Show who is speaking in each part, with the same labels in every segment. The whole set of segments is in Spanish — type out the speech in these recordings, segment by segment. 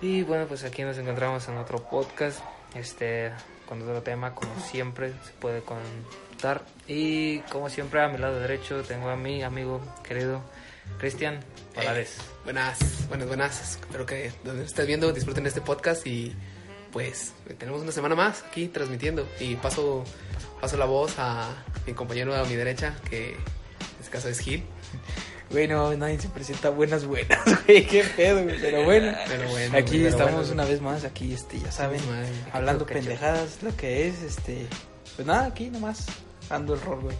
Speaker 1: Y bueno, pues aquí nos encontramos en otro podcast, este, con otro tema, como siempre, se puede contar. Y como siempre, a mi lado derecho tengo a mi amigo querido Cristian Palades.
Speaker 2: Eh, Buenas, buenas, buenas. Espero que donde nos estés viendo disfruten este podcast y pues tenemos una semana más aquí transmitiendo. Y paso, paso la voz a mi compañero a mi derecha, que en este caso es Gil.
Speaker 3: Güey, no, nadie se presenta buenas, buenas, güey, qué pedo, güey, pero bueno.
Speaker 2: Pero bueno,
Speaker 3: Aquí
Speaker 2: pero
Speaker 3: estamos
Speaker 2: bueno.
Speaker 3: una vez más, aquí, este, ya saben,
Speaker 2: Madre.
Speaker 3: hablando
Speaker 1: Cacho.
Speaker 3: pendejadas, lo que es, este, pues nada, aquí nomás, dando el rol, güey.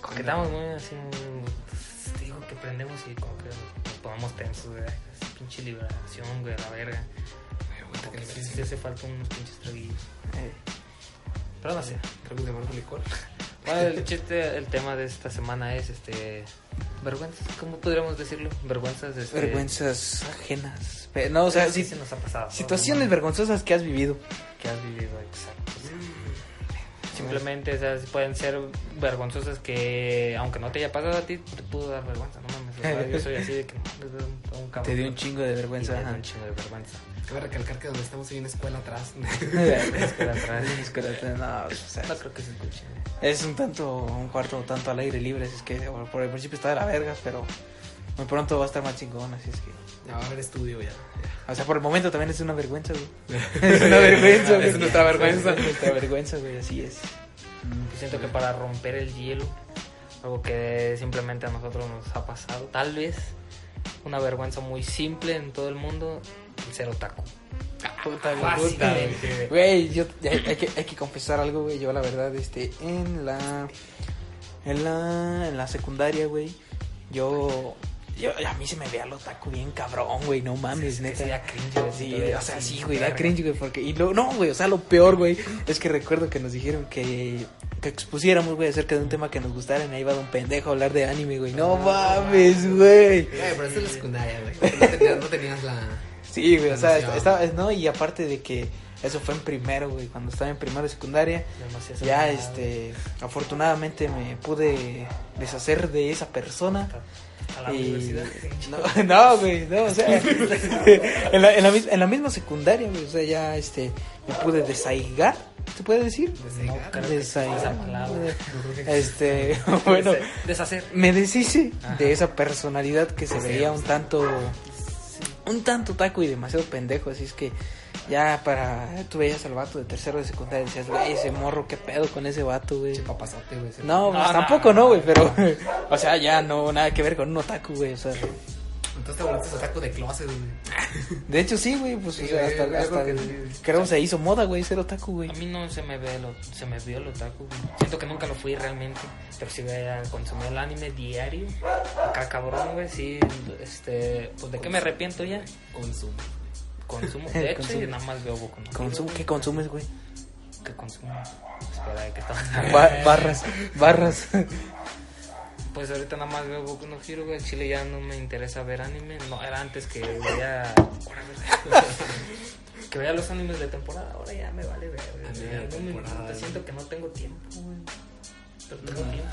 Speaker 1: Coquetamos muy así, muy- pues, te digo que prendemos y como que nos ponemos tensos, güey. Es pinche liberación, güey, a la verga.
Speaker 2: Aguanta que
Speaker 1: Porque
Speaker 2: le
Speaker 1: sí,
Speaker 2: merece.
Speaker 1: sí hace falta unos pinches traguillos.
Speaker 3: Eh,
Speaker 1: Pero no sé.
Speaker 2: Tragos de amargo licor.
Speaker 1: Bueno, el chiste, el tema de esta semana es, este, vergüenzas, ¿cómo podríamos decirlo? Vergüenzas, este...
Speaker 3: Vergüenzas ajenas. Pe- No, o sea,
Speaker 1: sí
Speaker 3: si-
Speaker 1: se nos ha pasado.
Speaker 3: situaciones vergonzosas que has vivido.
Speaker 1: que has vivido, exacto.
Speaker 3: Mm.
Speaker 1: Simplemente, o sea, sí pueden ser vergonzosas que, aunque no te haya pasado a ti, te pudo dar vergüenza, no mames. o sea, Yo soy así de que no, me da un, un cabrón.
Speaker 3: Te dio un chingo de
Speaker 1: Y te
Speaker 3: vergüenza.
Speaker 1: dio
Speaker 3: ajá.
Speaker 1: un chingo de vergüenza.
Speaker 2: Cabe recalcar que donde estamos hay una escuela atrás.
Speaker 1: Es que de atrás-
Speaker 3: Es que la- no, pues, o sea,
Speaker 1: No creo que se escuche.
Speaker 3: es un tanto, un cuarto tanto al aire libre, así es que bueno, por el principio está de la verga, pero muy pronto va a estar más chingón, así es que...
Speaker 2: Ya va a haber estudio ya.
Speaker 3: O sea, por el momento también es una vergüenza, güey. Es una vergüenza, güey.
Speaker 2: Es nuestra vergüenza.
Speaker 3: Es nuestra vergüenza, güey, así es.
Speaker 1: Siento que para romper el hielo, algo que simplemente a nosotros nos ha pasado, tal vez una vergüenza muy simple en todo el mundo, el ser otaku.
Speaker 2: Puta, puta. Eh,
Speaker 1: Fácilmente.
Speaker 3: Güey, yo, hay, hay que, hay que confesar algo, güey. Yo, la verdad, este, en la. En la, en la secundaria, güey. Yo, yo. A mí se me ve al otaku bien cabrón, güey. No mames,
Speaker 1: Sí,
Speaker 3: neta.
Speaker 1: sí, da cringe, güey,
Speaker 3: Sí,
Speaker 1: todavía
Speaker 3: o sea,
Speaker 1: así,
Speaker 3: sí, güey, da
Speaker 1: verga.
Speaker 3: cringe, güey, porque... Y lo, no, güey, o sea, lo peor, güey, es que recuerdo que nos dijeron que, que expusiéramos, güey, acerca de un tema que nos gustara y ahí va un pendejo a hablar de anime, güey. No
Speaker 1: Ah,
Speaker 3: mames, güey.
Speaker 2: Güey, pero eso es la secundaria, güey. No tenías, no tenías la.
Speaker 3: Sí, güey, o sea,
Speaker 2: Demasiado.
Speaker 3: estaba, no, y aparte de que eso fue en primero, güey, cuando estaba en primero de secundaria,
Speaker 1: Demasiado
Speaker 3: ya,
Speaker 1: nada,
Speaker 3: este, afortunadamente me pude deshacer de esa persona.
Speaker 1: A la
Speaker 3: Y-
Speaker 1: universidad.
Speaker 3: No, no, güey, no, o sea, en, la, en, la, mis- en la misma secundaria, güey, o sea, ya, este, me pude desaigar, ¿se puede decir?
Speaker 1: No creo que exista
Speaker 3: Desaigar.
Speaker 1: esa palabra.
Speaker 3: Este, bueno,
Speaker 1: Deshacer.
Speaker 3: me deshice
Speaker 1: Ajá.
Speaker 3: de esa personalidad que se
Speaker 2: Sí,
Speaker 3: veía un
Speaker 2: sí.
Speaker 3: tanto, un tanto taco y demasiado pendejo, así es que ya para, tú veías al vato de tercero de secundaria y decías, güey, ese morro, qué pedo con ese vato, güey.
Speaker 2: Che, papazote, güey. ese-
Speaker 3: No, pues,
Speaker 1: no,
Speaker 3: tampoco
Speaker 1: no,
Speaker 3: no, güey, pero, o sea, ya no, nada que ver con un otaku, güey, o sea.
Speaker 2: Entonces te volviste otaku de closet, güey.
Speaker 3: De hecho, sí, güey, pues,
Speaker 2: Sí,
Speaker 3: o sea,
Speaker 2: güey,
Speaker 3: hasta,
Speaker 2: yo
Speaker 3: hasta
Speaker 2: creo que
Speaker 3: el-
Speaker 2: sí.
Speaker 3: creo que se hizo moda, güey, ser otaku, güey.
Speaker 1: A mí no se me, ve lo, se me vio el otaku. güey. Siento que nunca lo fui realmente. Pero si veía consumir el anime diario, acá cabrón, güey, sí. Este, pues de qué me arrepiento ya.
Speaker 2: Consumo.
Speaker 1: Consumo. De hecho,
Speaker 3: Consumo.
Speaker 1: y nada más veo Boku no
Speaker 3: Consum-
Speaker 1: Hero,
Speaker 3: ¿Qué
Speaker 1: güey.
Speaker 3: consumes, güey?
Speaker 1: ¿Qué consumo? Espera, ¿de qué
Speaker 3: Ba-
Speaker 1: estamos
Speaker 3: barras, barras.
Speaker 1: Pues ahorita nada más veo Boku no Hero, güey. En Chile ya no me interesa ver anime. No, era antes que veía. que veía los animes de temporada. Ahora ya me vale ver. güey.
Speaker 2: Anime de
Speaker 1: No me
Speaker 2: temporada, Ah,
Speaker 1: importa,
Speaker 2: güey.
Speaker 1: Siento que no tengo tiempo, güey. Pero tengo tiempo.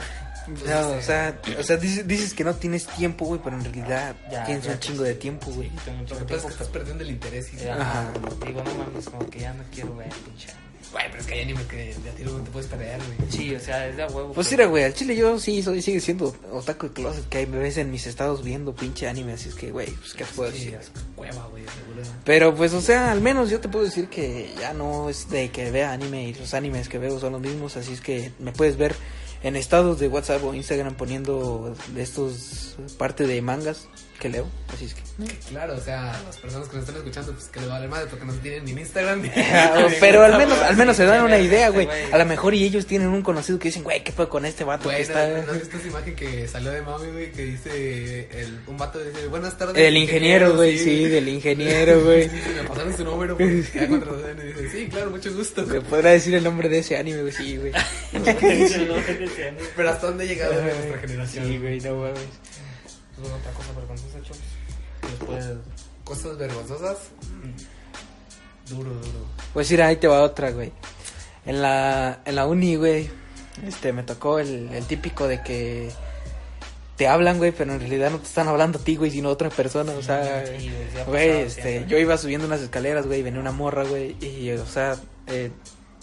Speaker 3: No,
Speaker 1: este,
Speaker 3: o sea, o sea dices, dices que no tienes tiempo, güey, pero en realidad
Speaker 1: Ya,
Speaker 3: tienes
Speaker 1: ya, pues,
Speaker 3: un chingo de tiempo, güey.
Speaker 1: Sí, tengo
Speaker 2: Lo
Speaker 1: mucho
Speaker 2: que pasa es que
Speaker 1: tiempo.
Speaker 2: estás perdiendo el interés. Y...
Speaker 1: pero- eh,
Speaker 3: Ajá.
Speaker 1: Digo, no mames, como que ya no quiero ver, pinche.
Speaker 2: Güey, pero es que hay anime que de a tiro no te puedes perder, güey.
Speaker 1: Sí, o sea, es de a huevo.
Speaker 3: Pues
Speaker 1: pero-
Speaker 3: mira, güey, al chile yo sí soy, sigue siendo otaku de closet, que hay veces en mis estados viendo pinche anime, así es que, güey, pues, ¿qué te puedo
Speaker 2: Sí,
Speaker 3: decir?
Speaker 2: es cueva, güey, seguro.
Speaker 3: Pero pues, o sea, al menos yo te puedo decir que ya no es de que vea anime y los animes que veo son los mismos, así es que me puedes ver en estados de WhatsApp o Instagram poniendo de estos parte de mangas que leo, así es que...
Speaker 2: Claro, o sea, las personas que nos están escuchando, pues que les vale madre porque no tienen ni en Instagram ni.
Speaker 3: Pero al menos, al menos se dan una idea, güey.
Speaker 1: Güey.
Speaker 3: A lo mejor y ellos tienen un conocido que dicen, güey, ¿qué fue con este vato que
Speaker 2: Güey,
Speaker 3: está?
Speaker 2: ¿no, no has visto esa imagen que salió de mami, güey? Que dice el, un vato dice, buenas tardes.
Speaker 3: Del ingeniero, güey, sí, del ingeniero, güey.
Speaker 2: Sí, Me pasaron su número, güey. Ya contrataron y dice, sí, claro, mucho gusto.
Speaker 3: Me podrá decir el nombre de ese anime, güey, sí, güey.
Speaker 2: Pero hasta dónde ha llegado güey, nuestra generación.
Speaker 3: Sí, güey, no mames.
Speaker 1: Pues otra cosa, pero con esos hechos.
Speaker 2: Pues, cosas vergonzosas. mm, Duro, duro.
Speaker 3: Pues mira, ahí te va otra, güey. En la, en la uni, güey, este, me tocó el, el típico de que te hablan, güey, pero en realidad no te están hablando a ti, güey, sino a otra persona, o sea,
Speaker 1: Sí, güey, sí ha
Speaker 3: güey,
Speaker 1: pasado
Speaker 3: este,
Speaker 1: siempre.
Speaker 3: yo iba subiendo unas escaleras, güey, y venía una morra, güey, y, o sea, eh,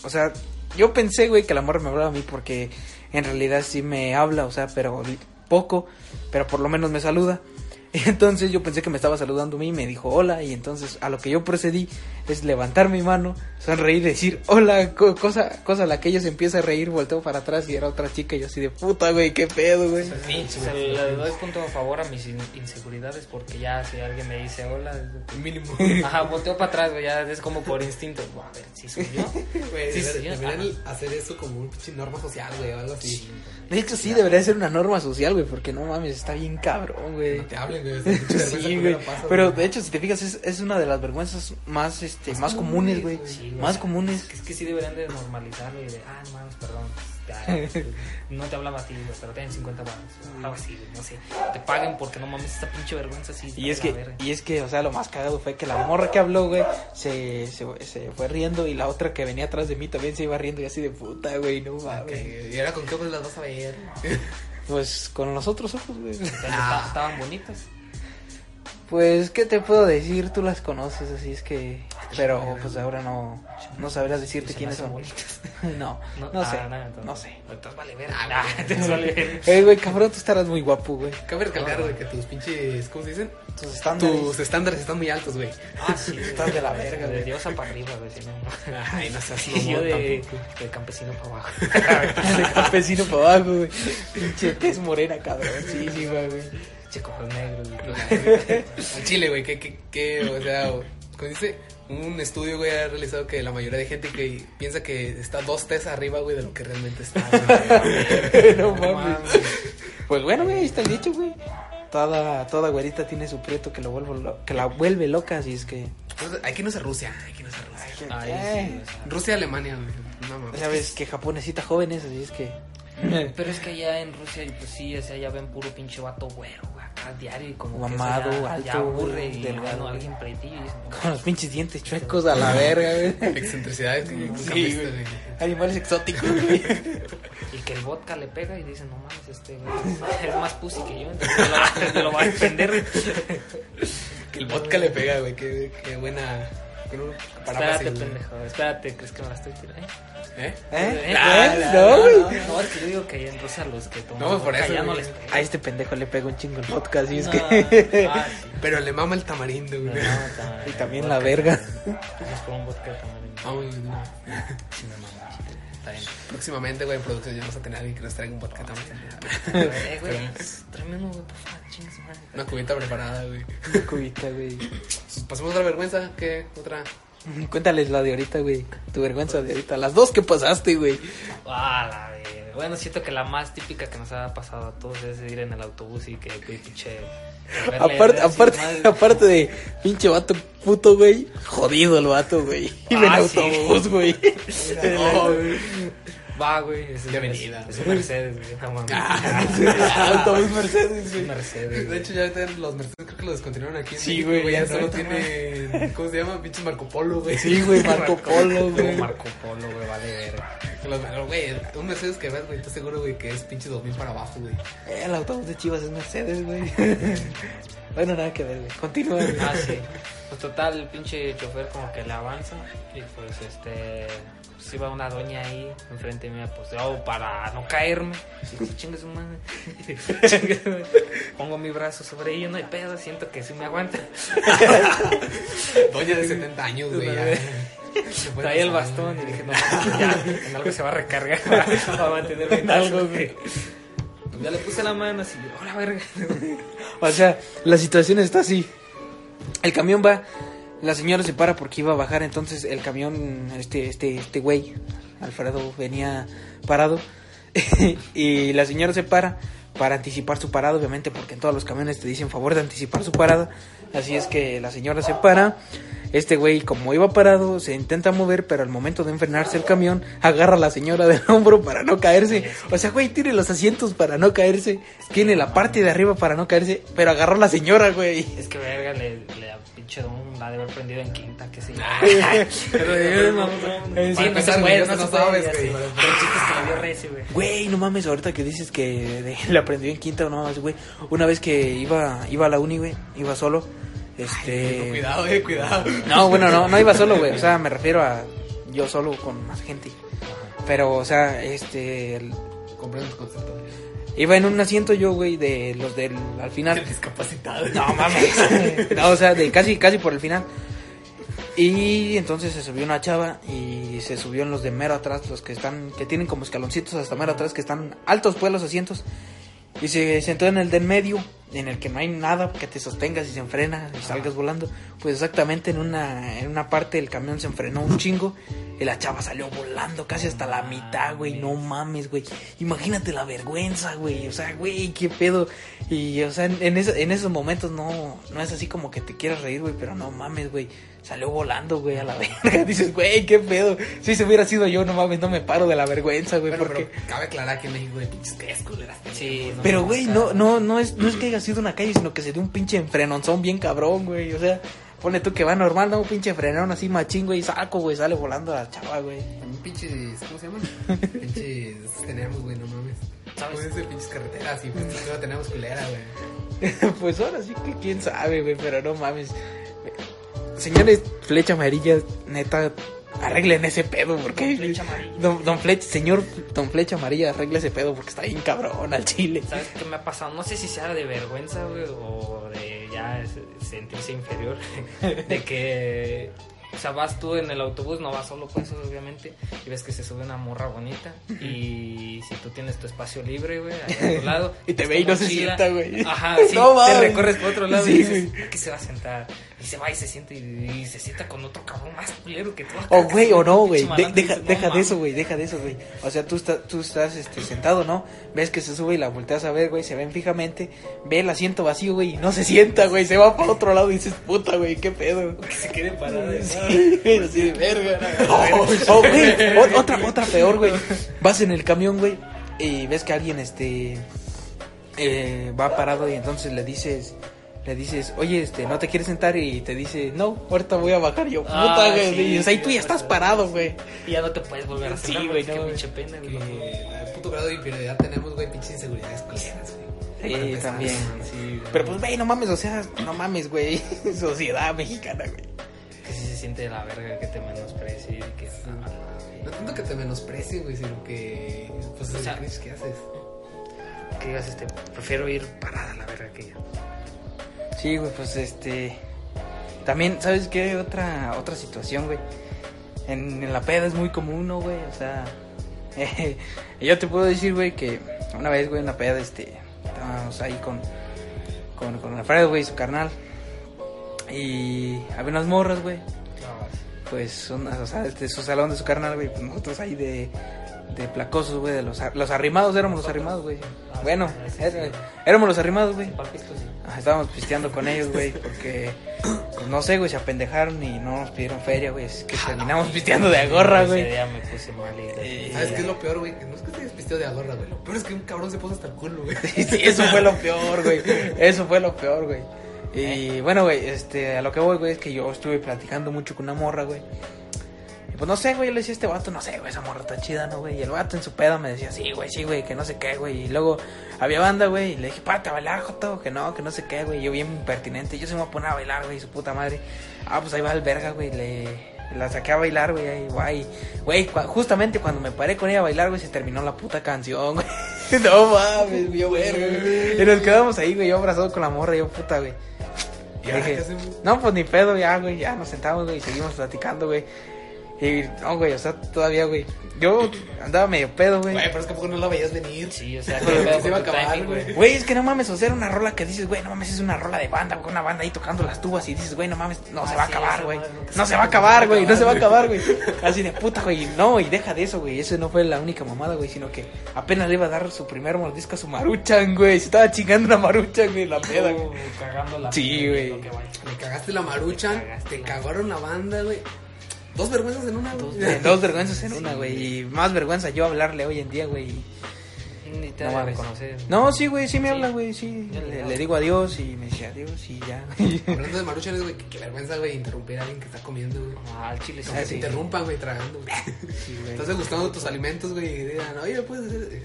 Speaker 3: o sea, yo pensé, güey, que la morra me hablaba a mí porque en realidad sí me habla, o sea, pero poco, pero por lo menos me saluda. Y entonces yo pensé que me estaba saludando a mí y me dijo hola. Y entonces a lo que yo procedí es levantar mi mano, sonreír, decir hola, co- cosa, cosa a la que ella se empieza a reír, volteo para atrás y era otra chica. Y yo así de puta, güey, qué pedo, güey.
Speaker 1: Sí, o sea, le doy punto a favor a mis in- inseguridades porque ya si alguien me dice hola,
Speaker 2: Mínimo.
Speaker 1: ajá, volteo para atrás, güey, ya es como por instinto, "Buah, a ver, si soy yo.
Speaker 2: Güey,
Speaker 1: Sí,
Speaker 2: deber-
Speaker 1: señor.
Speaker 2: deberían hacer eso como un pinche norma social, güey, o algo así.
Speaker 3: De hecho, sí debería ser una norma social, güey, porque no mames, está bien cabrón, güey.
Speaker 2: No te hablen, güey. esa pinche vergüenza
Speaker 3: Sí,
Speaker 2: culera
Speaker 3: güey.
Speaker 2: pasa,
Speaker 3: Pero
Speaker 2: güey.
Speaker 3: de hecho, si te fijas, es, es una de las vergüenzas más, este, más comunes, güey.
Speaker 1: Sí, güey, o
Speaker 3: Más
Speaker 1: sea,
Speaker 3: comunes.
Speaker 1: Es que sí deberían de normalizarlo y de, ah, manos, perdón. ya, No te hablaba a ti, güey, pero ten 50 manos. Algo así, güey, no sé. Te paguen porque no mames esta pinche vergüenza así.
Speaker 3: Y es que, Ah. y es que, o sea, lo más cagado fue que la morra que habló, güey, se, se, se fue riendo y la otra que venía atrás de mí también se iba riendo y así de puta, güey, no mames.
Speaker 2: Ok, ¿Y ahora con qué ojos las vas a ver?
Speaker 3: Pues con los otros ojos, güey.
Speaker 1: Estaban bonitas.
Speaker 3: Pues, ¿qué te puedo decir? Tú las conoces, así es que... Pero, pues ahora no, no sabrás decirte
Speaker 1: se me
Speaker 3: quiénes
Speaker 1: hacen
Speaker 3: son.
Speaker 1: bonitas.
Speaker 3: No,
Speaker 1: No,
Speaker 3: no sé,
Speaker 1: ah, nada, entonces.
Speaker 3: no sé.
Speaker 1: Entonces vale ver. Ah, entonces vale ver.
Speaker 3: Ey, güey, cabrón, tú estarás muy guapo, güey.
Speaker 2: Cabe recalcar, güey, que tus pinches, ¿cómo se dicen?
Speaker 3: Tus estándares.
Speaker 2: Tus estándares están muy altos, güey.
Speaker 1: Ah, sí.
Speaker 3: Estás de la verga, güey.
Speaker 1: De diosa para arriba, güey. si no, no.
Speaker 2: Ay, no seas
Speaker 1: Y yo
Speaker 2: mamón
Speaker 1: de,
Speaker 2: tampoco.
Speaker 1: de campesino para abajo.
Speaker 3: De campesino para abajo, güey. Pinche tez morena, cabroncísima, güey.
Speaker 1: Che, ojos negros. güey.
Speaker 2: Al Chile, güey, que, que, que, o sea, o- ¿cómo dice? Un estudio, güey, ha realizado que la mayoría de gente que piensa que está dos T's arriba, güey, de lo que realmente está.
Speaker 3: No mames. Pues bueno, güey, ahí está el dicho, güey. Toda, toda güerita tiene su prieto que, lo vuelvo lo- que la vuelve loca, así es que...
Speaker 2: Entonces, hay que irnos a Rusia, hay que irnos a Rusia.
Speaker 1: Ay, sí, o sea.
Speaker 2: Rusia, Alemania, güey. No mames.
Speaker 3: Ya ves que Japón necesita jóvenes, así es que...
Speaker 1: Pero es que allá en Rusia, pues sí, o sea, ya ven puro pinche vato güero, güey, acá diario y como que eso
Speaker 3: Mamado,
Speaker 1: ya, ya
Speaker 3: alto,
Speaker 1: aburre y
Speaker 3: delgado,
Speaker 1: bueno,
Speaker 3: güey.
Speaker 1: alguien pretillo y dicen,
Speaker 3: Con los pinches dientes chuecos a la verga, güey.
Speaker 2: Excentricidades que nunca
Speaker 3: Sí,
Speaker 2: viste,
Speaker 3: güey.
Speaker 2: güey.
Speaker 3: Animales exóticos, güey.
Speaker 1: y que el vodka le pega y dicen, no mames, este güey es más pussy que yo, entonces yo lo, yo lo voy a defender.
Speaker 2: Que el vodka le pega, güey. Qué, qué buena. qué buena paráfrasis,
Speaker 1: espérate,
Speaker 2: güey.
Speaker 1: pendejo, espérate, ¿crees que me la estoy tirando?
Speaker 2: ¿Eh?
Speaker 3: ¿Eh?
Speaker 1: Ah,
Speaker 3: ¿Eh? No,
Speaker 1: no,
Speaker 3: güey.
Speaker 1: no, es que yo digo que allá en Rusia los que toman
Speaker 2: No,
Speaker 1: vodka
Speaker 2: por eso,
Speaker 1: ya no
Speaker 2: güey.
Speaker 1: les pega.
Speaker 3: A este pendejo le pega un chingo el podcast, así es
Speaker 1: No,
Speaker 3: que...
Speaker 1: ah, sí,
Speaker 2: Pero le mama el tamarindo,
Speaker 1: no,
Speaker 2: güey.
Speaker 1: no,
Speaker 3: Y también
Speaker 1: el
Speaker 3: la
Speaker 1: vodka
Speaker 3: verga.
Speaker 1: también. Nos pongo un vodka también.
Speaker 2: Vamos, güey, no.
Speaker 1: Sí, me mama, sí, Está bien.
Speaker 2: Próximamente, güey, en producción ya vamos a tener a alguien que nos traiga un vodka tamarindo.
Speaker 1: Eh, güey, tremendo, güey, por favor, chingas, madre.
Speaker 2: Una cubita preparada, güey.
Speaker 3: Cubita, güey.
Speaker 2: Pasemos a otra vergüenza. ¿Qué? Otra.
Speaker 3: Cuéntales la de ahorita, güey. Tu vergüenza de ahorita. Las dos que pasaste, güey.
Speaker 1: Ah, la verga. Bueno, siento que la más típica que nos ha pasado a todos es ir en el autobús y que, güey, pinche. verle-
Speaker 3: Aparte,
Speaker 1: así,
Speaker 3: aparte,
Speaker 1: madre.
Speaker 3: aparte de pinche vato puto, güey. Jodido el vato, güey. Y en
Speaker 1: Ah, sí.
Speaker 3: autobús, güey.
Speaker 2: No, güey.
Speaker 1: Va, güey. Es,
Speaker 2: Qué
Speaker 1: es-
Speaker 2: venida,
Speaker 1: Es un Mercedes, güey. No mames.
Speaker 3: Ah,
Speaker 1: Ah,
Speaker 3: autobús
Speaker 1: Es
Speaker 3: Mercedes,
Speaker 1: un
Speaker 3: güey.
Speaker 1: Mercedes.
Speaker 2: De
Speaker 1: güey.
Speaker 2: hecho, ya ahorita los Mercedes creo que los descontinuaron aquí. en
Speaker 3: Sí,
Speaker 2: México,
Speaker 3: güey,
Speaker 2: Ya
Speaker 3: ya
Speaker 2: solo
Speaker 3: no.
Speaker 2: tienen. ¿Cómo se llama? Pinches Marco Polo, güey.
Speaker 3: Sí, güey, Marco Polo,
Speaker 1: Luego
Speaker 3: güey.
Speaker 1: Marco Polo, güey, vale verga.
Speaker 2: Los- pero, Güey, un Mercedes que ves, güey, estoy seguro, güey, que es pinche 2000 para abajo, güey.
Speaker 3: Eh, El autobús de Chivas es Mercedes, güey. Bueno, nada que ver, güey. Continúa, güey.
Speaker 1: Ah, sí. Pues total, el pinche chofer como que le avanza. Y pues este. Pues iba una doña ahí enfrente mía, pues yo para no caerme. Pues, Chingue su madre. Chingue su madre. Pongo mi brazo sobre ella, no hay pedo, siento que sí me aguanta.
Speaker 2: Doña de 70 años, güey. ya. Se fue
Speaker 1: Traía el
Speaker 2: pasando.
Speaker 1: bastón y dije, no,
Speaker 3: eh".
Speaker 1: ya, en algo se va a recargar para, para mantenerme en algo, güey. Ya le puse la mano así, hola, verga.
Speaker 3: O sea, la situación está así. El camión va, la señora se para porque iba a bajar, entonces el camión, este, este, este güey, Alfredo, venía parado. y la señora se para para anticipar su parada, obviamente, porque en todos los camiones te dicen favor de anticipar su parada. Así es que la señora se para. Este güey, como iba parado, se intenta mover, pero al momento de enfrenarse el camión, agarra a la señora del hombro para no caerse. O sea, güey, tiene los asientos para no caerse, tiene la parte de arriba para no caerse, pero agarró a la señora, güey.
Speaker 1: Es que verga, le, le pinche don la de haber prendido en quinta, que sí.
Speaker 2: Pero eh, no,
Speaker 1: Sí,
Speaker 2: Para
Speaker 1: no se
Speaker 2: empezar,
Speaker 1: puede,
Speaker 2: ya
Speaker 1: no
Speaker 2: no
Speaker 1: se puede,
Speaker 2: sabes,
Speaker 1: ya
Speaker 2: güey.
Speaker 1: sí, güey. Pero el chiste es que la vio recio, güey.
Speaker 3: Güey, no mames, ahorita que dices que de- la aprendió en quinta o no más, güey. Una vez que iba, iba a la uni, güey, iba solo. Este.
Speaker 2: Cuidado, eh, cuidado.
Speaker 3: No, bueno, no, no iba solo, güey. O sea, me refiero a yo solo con más gente. Pero, o sea, este. el-
Speaker 2: Comprendo tu concepto.
Speaker 3: Iba en un asiento yo, güey, de los del. Al final.
Speaker 2: El discapacitado.
Speaker 3: No mames. No, o sea, de casi, casi por el final. Y entonces se subió una chava y se subió en los de mero atrás, los que están, que tienen como escaloncitos hasta mero atrás, que están altos pues los asientos. Y se sentó en el de en medio, en el que no hay nada que te sostengas y se enfrena y salgas volando. Pues exactamente en una, en una parte el camión se enfrenó un chingo y la chava salió volando casi hasta la mitad, güey. No mames, güey. Imagínate la vergüenza, güey. O sea, güey, qué pedo. Y, o sea, en, en eso- en esos momentos no, no es así como que te quieras reír, güey, pero no mames, güey. Salió volando, güey, a la verga. Dices, güey, qué pedo. Si se hubiera sido yo, no mames, no me paro de la vergüenza, güey,
Speaker 2: Bueno,
Speaker 3: porque...
Speaker 2: pero cabe aclarar que en México de pinches calles culeras.
Speaker 1: Sí, no,
Speaker 3: Pero,
Speaker 1: no,
Speaker 3: güey,
Speaker 1: o sea,
Speaker 3: no, no, no, es, no es que haya sido una calle, sino que se dio un pinche enfrenonzón bien cabrón, güey. O sea, pone tú que va normal, ¿no? Un pinche frenón así machín, güey, saco, güey, sale volando la chava, güey.
Speaker 2: Pinches, ¿cómo se llaman? Pinches tenemos, güey, no mames.
Speaker 1: ¿Sabes?
Speaker 2: Pueden ser pinches carreteras y pues toda tenemos culera, güey.
Speaker 3: pues ahora sí que quién sabe, güey, pero no mames. Señores, flecha amarilla, neta, arreglen ese pedo, porque.
Speaker 1: Flecha amarilla.
Speaker 3: Don, don Flecha, señor Don Flecha amarilla, arregle ese pedo, porque está bien cabrón al chile.
Speaker 1: ¿Sabes qué me ha pasado? No sé si sea de vergüenza, güey, o de ya s- sentirse inferior. De que, o sea, vas tú en el autobús, no vas solo, pues, obviamente, y ves que se sube una morra bonita. Y si tú tienes tu espacio libre, güey, ahí a tu lado.
Speaker 3: Y te
Speaker 1: ves
Speaker 3: ve y
Speaker 1: tu
Speaker 3: no se
Speaker 1: mochila,
Speaker 3: sienta, güey.
Speaker 1: Ajá, sí,
Speaker 3: No mames.
Speaker 1: te recorres por otro lado
Speaker 3: Sí,
Speaker 1: y dices,
Speaker 3: güey.
Speaker 1: aquí se va a sentar. Y se va y se sienta y, y se sienta con otro cabrón más culero que tú.
Speaker 3: O, güey, o no, güey.
Speaker 1: Pinche
Speaker 3: de-
Speaker 1: malandro, dices,
Speaker 3: deja
Speaker 1: "No
Speaker 3: deja de
Speaker 1: mames".
Speaker 3: eso, güey. Deja de eso, güey. O sea, tú, estás tú estás este, sentado, ¿no? Ves que se sube y la volteas a ver, güey. Se ven fijamente. Ve el asiento vacío, güey. Y no se sienta, güey. Se va para otro lado y dices, puta, güey, qué pedo.
Speaker 1: Que se quede parado. ¿no?
Speaker 3: Sí, güey, así de verga. O, güey, o- otra, otra peor, güey. Vas en el camión, güey, y ves que alguien, este, eh, va parado y entonces le dices, le dices, oye, este, ¿no te quieres sentar? Y te dice, no, ahorita voy a bajar. Y yo, puta,
Speaker 1: Ah,
Speaker 3: güey.
Speaker 1: sí,
Speaker 3: y, o sea, y
Speaker 1: sí,
Speaker 3: tú ya estás
Speaker 1: güey.
Speaker 3: parado, güey.
Speaker 1: Y ya no te puedes volver a
Speaker 3: Sí,
Speaker 1: sentar,
Speaker 3: güey,
Speaker 1: Qué
Speaker 3: no,
Speaker 1: pinche pena, güey.
Speaker 2: Que al puto grado de inferioridad tenemos, güey, pinches inseguridades culeras, güey.
Speaker 3: Sí,
Speaker 2: Para empezar,
Speaker 3: también.
Speaker 2: güey.
Speaker 1: Sí, güey.
Speaker 3: Pero pues, güey, no mames, o sea, no mames, güey. Sociedad mexicana, güey.
Speaker 1: Que si se siente de la verga que te menosprecie y que
Speaker 2: No tanto que te menosprecie, güey, sino que. Pues
Speaker 1: O
Speaker 2: es
Speaker 1: sea,
Speaker 2: el cringe que haces.
Speaker 1: que digas este, prefiero ir parada a la verga que ya.
Speaker 3: Sí, güey, pues este. También, ¿sabes qué? Otra, otra situación, güey. En, en la peda es muy común, ¿no, güey? O sea. eh, yo te puedo decir, güey, que una vez, güey, en la peda, este. Estábamos ahí con. Con, con Alfredo, güey, su carnal. Y había unas morras, güey. Pues, unas, o sea, de su salón de su carnal, güey. Pues nosotros ahí de. De placosos, güey, de los, ar- los arrimados, éramos los arrimados, güey.
Speaker 1: Ah, sí,
Speaker 3: Bueno,
Speaker 1: sí, sí,
Speaker 3: er-
Speaker 1: sí.
Speaker 3: éramos los arrimados, güey.
Speaker 1: Para pisto, sí.
Speaker 3: Ah, Estábamos pisteando con ellos, güey, porque pues, no sé, güey, se apendejaron y no nos pidieron feria, güey. Es que terminamos pisteando de agorra,
Speaker 1: Ese
Speaker 3: güey.
Speaker 1: día me puse mal y.
Speaker 3: Eh,
Speaker 2: ¿Sabes qué es lo peor, güey? Que no es que estés despisteo de agorra, güey. Lo peor es que un cabrón se puso hasta el culo, güey.
Speaker 3: Sí, eso fue lo peor, güey. Eso fue lo peor, güey. Y bueno, güey, este, a lo que voy, güey, es que yo estuve platicando mucho con una morra, güey. Y pues no sé, güey, yo le decía a este vato, no sé, güey, esa morra está chida, ¿no, güey? Y el vato en su peda me decía, sí, güey, sí, güey, que no sé qué, güey. Y luego había banda, güey, y le dije, párate a bailar, Joto, que no, que no sé qué, güey. Y Yo bien impertinente, yo se me voy a poner a bailar, güey, su puta madre. Ah, pues ahí va el verga, güey, le... La saqué a bailar, güey, ahí, guay. Güey, cua- justamente cuando me paré con ella a bailar, güey, se terminó la puta canción, güey. No mames, güey, yo, verga, güey. Y nos quedamos ahí, güey, yo abrazado con la morra, yo, puta, güey.
Speaker 2: ¿Y ahora
Speaker 3: Dije,
Speaker 2: qué hacemos?
Speaker 3: no, pues ni pedo, ya, güey, ya nos sentamos, güey, y seguimos platicando, güey. Y no, güey, o sea, todavía, güey. Yo andaba medio pedo, güey.
Speaker 2: Güey, pero es que a poco no la veías venir.
Speaker 1: Sí, o sea,
Speaker 2: Pero
Speaker 1: qué pedo
Speaker 2: se iba a
Speaker 1: con tu
Speaker 2: acabar,
Speaker 1: timing,
Speaker 2: güey.
Speaker 3: Güey, es que no mames, o sea, era una rola que dices, güey, no mames, es una rola de banda, con una banda ahí tocando las tubas y dices, güey, no mames, no se va a
Speaker 1: sí,
Speaker 3: acabar,
Speaker 1: esa
Speaker 3: güey.
Speaker 1: madre nunca
Speaker 3: No se va a acabar, güey, no se va a acabar, güey. Así de puta, güey, no, y deja de eso, güey. Eso no fue la única mamada, güey, sino que apenas le iba a dar su primer mordisco a su maruchan, güey. Se estaba chingando una maruchan, güey, la peda, güey.
Speaker 1: Uh, cagando la
Speaker 3: Sí,
Speaker 1: pila,
Speaker 3: güey.
Speaker 1: lo que vaya.
Speaker 2: Me cagaste la marucha,
Speaker 1: cagaste
Speaker 2: te
Speaker 1: la-
Speaker 2: cagaron la banda, güey. Dos vergüenzas en una, güey.
Speaker 3: De Dos vergüenzas en una, güey. Y más vergüenza yo hablarle hoy en día, güey.
Speaker 1: Ni te
Speaker 3: No
Speaker 1: no
Speaker 3: mames.
Speaker 1: reconocer.
Speaker 3: No, sí, güey, sí me
Speaker 1: Sí.
Speaker 3: habla, güey, sí.
Speaker 1: Yo le
Speaker 3: Le,
Speaker 1: digo.
Speaker 3: le digo adiós y me dice adiós y ya.
Speaker 2: Hablando de maruchan, güey, qué, qué vergüenza, güey, interrumpir a alguien que está comiendo, güey.
Speaker 1: Ah, al chile sí.
Speaker 2: Que
Speaker 3: sí.
Speaker 2: se interrumpan, güey, tragando, güey.
Speaker 3: Sí, güey.
Speaker 2: Estás degustando tus alimentos, güey, y digan, oye, puedes hacer...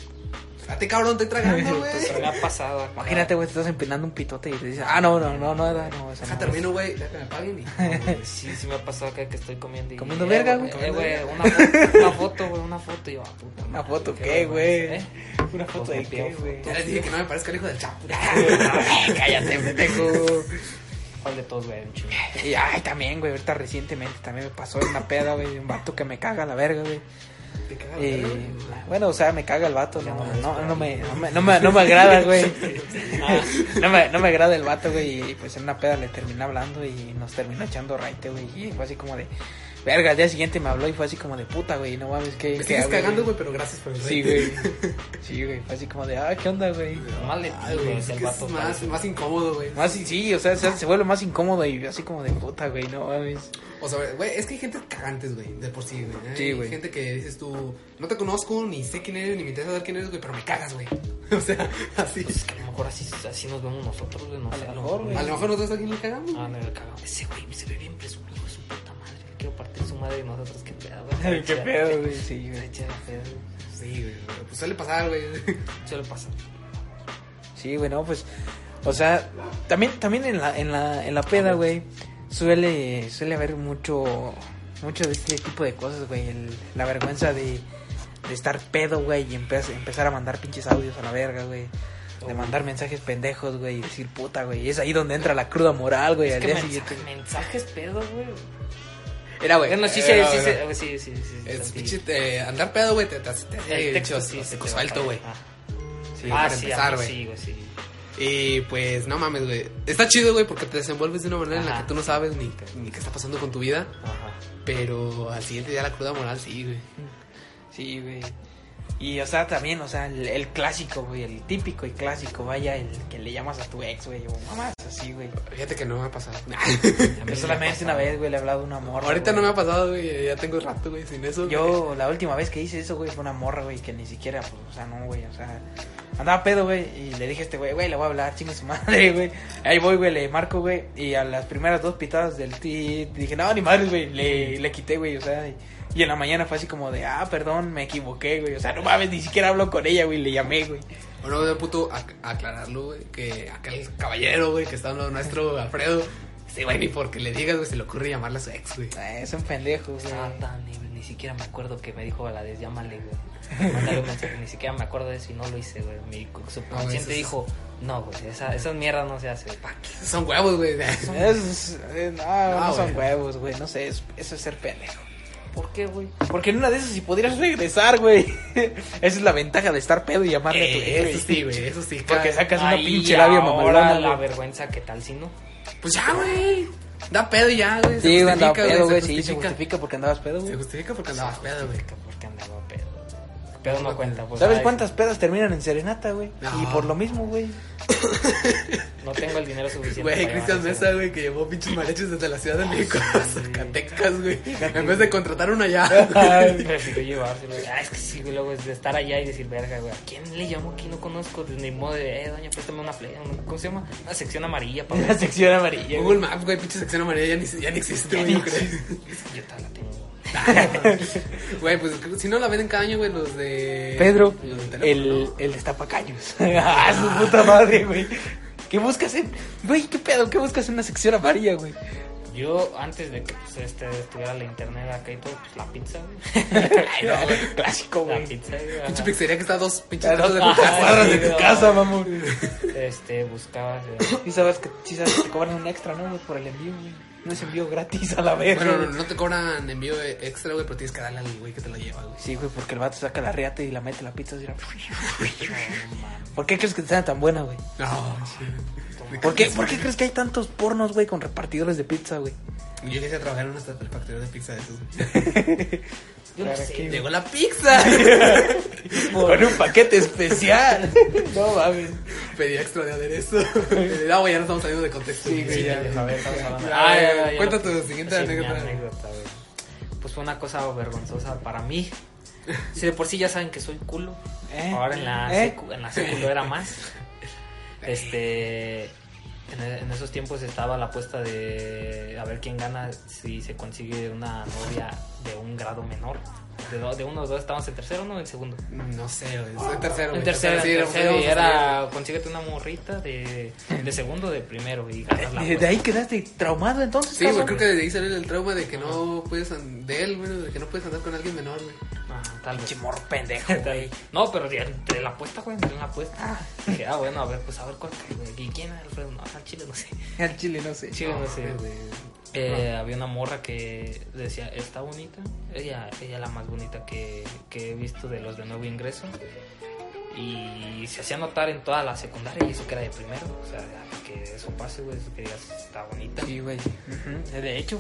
Speaker 2: Date, cabrón, estoy tragando, güey.
Speaker 1: Te Pues, ha pasado. acá.
Speaker 3: Imagínate, güey, te estás empinando un pitote y te dices, ah, no, no, no, no, no, no, esa
Speaker 2: Deja,
Speaker 3: no.
Speaker 2: "Ah, termino, güey, ya que me paguen y...
Speaker 1: Sí, sí me ha pasado acá que estoy comiendo y...
Speaker 3: Comiendo
Speaker 1: Eh,
Speaker 3: verga, güey.
Speaker 1: Eh, güey, una, fo- una foto, güey, una foto. Y yo, ah, puta
Speaker 3: ¿Una
Speaker 1: madre,
Speaker 3: foto qué, güey?
Speaker 1: vergüenza, ¿eh?
Speaker 3: ¿Una foto de qué, güey?
Speaker 2: Ya les dije que no me parezca el hijo del chapo.
Speaker 3: Ay, Cállate, pendejo.
Speaker 1: ¿eh? ¿Cuál de todos, güey? Un chingo.
Speaker 3: Y ay, también, güey, ahorita recientemente también me pasó una peda, güey, de un vato que me caga la verga, güey.
Speaker 2: Te cagas,
Speaker 3: Eh,
Speaker 2: güey.
Speaker 3: bueno, o sea, me caga el vato, no, no, no, me, no, me, no, me, ah, no me agrada, güey. No me, no me agrada el vato, güey. Y pues en una peda le terminé hablando y nos terminó echando raite, güey. Y fue así como de, verga, al día siguiente me habló y fue así como de puta, güey. No mames, que.
Speaker 2: Me sigues cagando, güey, pero gracias por el
Speaker 3: Sí,
Speaker 2: rey.
Speaker 3: güey. Sí, güey. Fue así como de, ah, ¿qué onda, güey?
Speaker 1: Mal de ti,
Speaker 2: Ay,
Speaker 1: güey,
Speaker 2: güey,
Speaker 1: o
Speaker 2: es
Speaker 1: sea, el
Speaker 2: que es
Speaker 1: vato
Speaker 2: más,
Speaker 1: parece-
Speaker 2: más incómodo, güey.
Speaker 3: Más, sí, sí, o sea, se, se vuelve más incómodo y así como de puta, güey, no mames.
Speaker 2: O sea, güey, es que hay gente cagantes, güey, de por sí, güey. ¿eh?
Speaker 3: Sí,
Speaker 2: Hay
Speaker 3: güey.
Speaker 2: gente que dices tú, no te conozco, ni sé quién eres, ni me interesa saber quién eres, güey, pero me cagas, güey. O sea, así.
Speaker 1: Pues A lo mejor así, así nos vemos nosotros, güey. No
Speaker 3: A
Speaker 1: sé,
Speaker 3: lo mejor, güey.
Speaker 2: A lo mejor nosotros aquí le cagamos.
Speaker 1: Ah,
Speaker 2: güey.
Speaker 1: no, el cagado. Ese güey se ve bien presumido, su puta madre. Le Quiero partir su madre y nosotros, qué pedo, güey.
Speaker 3: Qué pedo, güey, sí, güey.
Speaker 1: Echa la pedo, güey.
Speaker 2: Sí, güey, güey, pues suele pasar, güey.
Speaker 1: Eso le pasa.
Speaker 3: Sí, güey, no, pues. O sea, también, también en la, en la, en la peda, güey, suele, suele haber mucho, mucho de este tipo de cosas, güey. El- La vergüenza de, de estar pedo, güey, y empe- empezar a mandar pinches audios a la verga, güey. De mandar mensajes pendejos, güey, y decir puta, güey. Es ahí donde entra la cruda moral, güey,
Speaker 1: Es
Speaker 3: al
Speaker 1: que
Speaker 3: día
Speaker 1: mensaje-
Speaker 3: siguiente.
Speaker 1: mensajes pedo, güey.
Speaker 3: Era, güey.
Speaker 1: Bueno, sí,
Speaker 2: eh,
Speaker 1: sí,
Speaker 2: no,
Speaker 1: sí,
Speaker 2: no.
Speaker 1: sí, güey, sí, sí, sí, sí,
Speaker 2: Es
Speaker 1: sí.
Speaker 2: pinche, eh, andar pedo, güey, te te hace te hace
Speaker 1: El texto
Speaker 2: pinche
Speaker 1: sí se
Speaker 2: hocico
Speaker 1: te va
Speaker 2: suelto,
Speaker 1: para-
Speaker 2: güey.
Speaker 1: Ah.
Speaker 2: Sí,
Speaker 1: Ah,
Speaker 2: para
Speaker 1: sí,
Speaker 2: empezar,
Speaker 1: ah,
Speaker 2: güey.
Speaker 1: sí, güey, sí.
Speaker 2: Y pues, no mames, güey. Está chido, güey, porque te desenvuelves de una manera en la
Speaker 1: Ajá.
Speaker 2: que tú no sabes ni, ni qué está pasando con tu vida.
Speaker 1: Ajá.
Speaker 2: Pero al siguiente día la cruda moral, sí, güey.
Speaker 3: Sí, güey. Y, o sea, también, o sea, el, el clásico, güey, el típico y clásico, vaya, el que le llamas a tu ex, güey, o mamás, así, güey.
Speaker 2: Fíjate que no me ha pasado.
Speaker 3: Yo solamente una vez, güey, le he hablado a una morra.
Speaker 2: Ahorita
Speaker 3: güey.
Speaker 2: no me ha pasado, güey. Ya tengo rato, güey, sin eso.
Speaker 3: Yo, la última vez que hice eso, güey, fue una morra, güey, que ni siquiera, pues, o sea, no, güey, o sea, andaba pedo, güey, y le dije a este güey, güey, le voy a hablar, chingue su madre, güey. Ahí voy, güey, le marco, güey, y a las primeras dos pitadas del tit, dije, no, ni madres, güey, le, le quité, güey, o sea, y, y en la mañana fue así como de, ah, perdón, me equivoqué, güey, o sea, no mames, ni siquiera hablo con ella, güey, le llamé, güey.
Speaker 2: Bueno, de puto ac- aclararlo, güey. Que aquel caballero, güey, que está hablando nuestro, Alfredo. Sí, güey, ni porque le digas, güey, se le ocurre llamarla a su ex, güey.
Speaker 3: Ah, Es un pendejo, güey.
Speaker 1: Estaba tan ebrio, ni siquiera me acuerdo que me dijo a la vez, llámale, güey. Mándale un mensaje, ni siquiera me acuerdo de eso y no lo hice, güey. Mi
Speaker 2: No,
Speaker 1: subconsciente
Speaker 2: eso es-
Speaker 1: dijo, no, güey, esa, esas mierdas no se hacen. ¿Para qué?
Speaker 2: Son huevos, güey.
Speaker 3: Es- eh, no,
Speaker 2: No,
Speaker 3: no son
Speaker 2: güey.
Speaker 3: huevos, güey, no sé, es- eso es ser pendejo.
Speaker 1: ¿Por qué, güey?
Speaker 3: Porque en una de esas si podrías regresar, güey. Esa es la ventaja de estar pedo y llamarle a tu
Speaker 2: Eh,
Speaker 3: ex.
Speaker 2: eso sí, güey, eso sí.
Speaker 3: Porque
Speaker 2: cae.
Speaker 3: sacas una
Speaker 1: Ahí
Speaker 3: pinche labia
Speaker 1: ahora
Speaker 3: mamalona.
Speaker 1: la
Speaker 3: güey.
Speaker 1: vergüenza, ¿qué tal si no?
Speaker 2: Pues ya, güey. Da pedo ya, güey. se
Speaker 3: Sí, güey, andaba
Speaker 2: justifica,
Speaker 3: pedo,
Speaker 2: se
Speaker 3: güey, sí, se
Speaker 2: justifica.
Speaker 3: justifica porque andabas pedo,
Speaker 2: Se
Speaker 3: güey.
Speaker 2: justifica porque andabas pedo, güey.
Speaker 1: Porque andaba pedo. Pedo no cuenta, pues.
Speaker 3: ¿Sabes
Speaker 1: ay,
Speaker 3: cuántas pedas terminan en serenata, güey?
Speaker 2: No.
Speaker 3: Y por lo mismo, güey.
Speaker 1: No tengo el dinero suficiente.
Speaker 2: Güey,
Speaker 1: para
Speaker 2: Cristian
Speaker 1: llevar eso,
Speaker 2: Mesa, güey, que llevó pinches malhechos desde la Ciudad de México a Zacatecas, güey.
Speaker 3: Fíjate,
Speaker 2: En vez de contratar una ya.
Speaker 1: Ay, Prefirió llevárselo. Ah, es que sí, güey, luego es de estar allá y decir, verga, güey, ¿a quién le llamo aquí? No conozco, ni modo de, eh, doña, préstame una play, una- ¿cómo se llama? Una sección amarilla, para
Speaker 3: La sección amarilla.
Speaker 2: Google Maps, güey, pinche sección amarilla ya ni, ya ni existe,
Speaker 1: Ya
Speaker 2: güey,
Speaker 1: ni
Speaker 2: yo creo.
Speaker 1: Yo todavía la tengo.
Speaker 2: Güey, pues creo- si no la venden cada año, güey, los de.
Speaker 3: Pedro,
Speaker 2: Los de Eh, teléfono,
Speaker 3: el, el destapacayos. ¡Ah, su puta madre, güey! ¿Qué buscas en...? Güey, ¿qué pedo? ¿Qué buscas en una sección amarilla, güey?
Speaker 2: ¿no?
Speaker 1: Yo antes de que pues, este, estuviera la internet acá y todo, pues la pizza, güey.
Speaker 3: Ay, no, güey, clásico,
Speaker 1: La
Speaker 3: güey.
Speaker 1: pizza, güey,
Speaker 2: Pinche
Speaker 1: ajá.
Speaker 2: pizzería que está a dos pinches
Speaker 3: A
Speaker 2: casas
Speaker 3: dos
Speaker 2: de tu
Speaker 1: Ajá,
Speaker 2: casa.
Speaker 3: cuadras de
Speaker 1: sí,
Speaker 3: tu
Speaker 1: no.
Speaker 3: casa, mamón.
Speaker 1: Este, buscabas. eh,
Speaker 3: Sí sabes que, sí sabes que te cobran un extra, ¿no? güey, Por el envío, güey. No es envío gratis a la vez.
Speaker 2: Bueno,
Speaker 3: güey.
Speaker 2: no, no te cobran envío extra, güey, pero tienes que darle al güey que te lo lleva, güey.
Speaker 3: Sí, güey, porque el vato saca la riata y la mete la pizza así. la-
Speaker 1: no mames.
Speaker 3: ¿Por qué crees que sea tan buena, güey?
Speaker 2: No,
Speaker 3: ¿Por qué, ¿Por qué crees que hay tantos pornos, güey, con repartidores de pizza, güey?
Speaker 2: Yo quise trabajar en una factoría de pizza de esos. güey.
Speaker 1: Yo no sé,
Speaker 3: Aquí.
Speaker 2: Llegó la pizza.
Speaker 3: Con un paquete especial. no mames.
Speaker 2: Pedí extra de aderezo. No, güey, ya no estamos saliendo de contexto.
Speaker 3: Sí, güey,
Speaker 1: Sí,
Speaker 3: ya.
Speaker 1: a ver, estamos hablando.
Speaker 2: Ah,
Speaker 1: Ah,
Speaker 2: ya,
Speaker 1: ya, ya,
Speaker 2: cuenta
Speaker 1: ya.
Speaker 2: tu siguiente
Speaker 1: mi
Speaker 2: anécdota.
Speaker 1: güey. Pues fue una cosa vergonzosa para mí. Si de por sí ya saben que soy culo,
Speaker 3: ¿Eh?
Speaker 1: ahora en la,
Speaker 3: ¿Eh?
Speaker 1: secu, en la secu lo era más. Este, en, en esos tiempos estaba la apuesta de a ver quién gana si se consigue una novia de un grado menor. De, do- de unos dos estábamos en tercero, no en segundo.
Speaker 2: No sé, güey. Soy tercero.
Speaker 1: En
Speaker 2: güey.
Speaker 1: tercero, en
Speaker 2: sí,
Speaker 1: tercero,
Speaker 2: era-
Speaker 1: y
Speaker 2: íbamos a salir.
Speaker 1: era consíguete una morrita de, de segundo, de primero y ganas la
Speaker 3: ¿De
Speaker 1: apuesta.
Speaker 3: ahí quedaste traumado entonces?
Speaker 2: Sí, güey,
Speaker 3: cabrón?
Speaker 2: creo que de ahí salió el trauma de que no puedes. an- De él, güey, de que no puedes andar con alguien menor, güey.
Speaker 1: Ah, tal vez.
Speaker 3: Pinche morro pendejo,
Speaker 1: Tal
Speaker 3: güey.
Speaker 1: vez. No, pero ya entre la apuesta, güey, entre la apuesta. Dije, ah, bueno, a ver, pues a ver cuál cae, güey. ¿Y quién era Alfredo? No, al chile no sé.
Speaker 3: Al chile no sé.
Speaker 1: Chile no, sé.
Speaker 2: güey.
Speaker 1: Eh, Había una morra que decía, está bonita. Ella ella la más bonita que, que he visto de los de nuevo ingreso. Y se hacía notar en toda la secundaria y eso que era de primero. O sea, que eso pase, güey, eso que digas, está bonita.
Speaker 3: Sí, güey. Ujú, De hecho.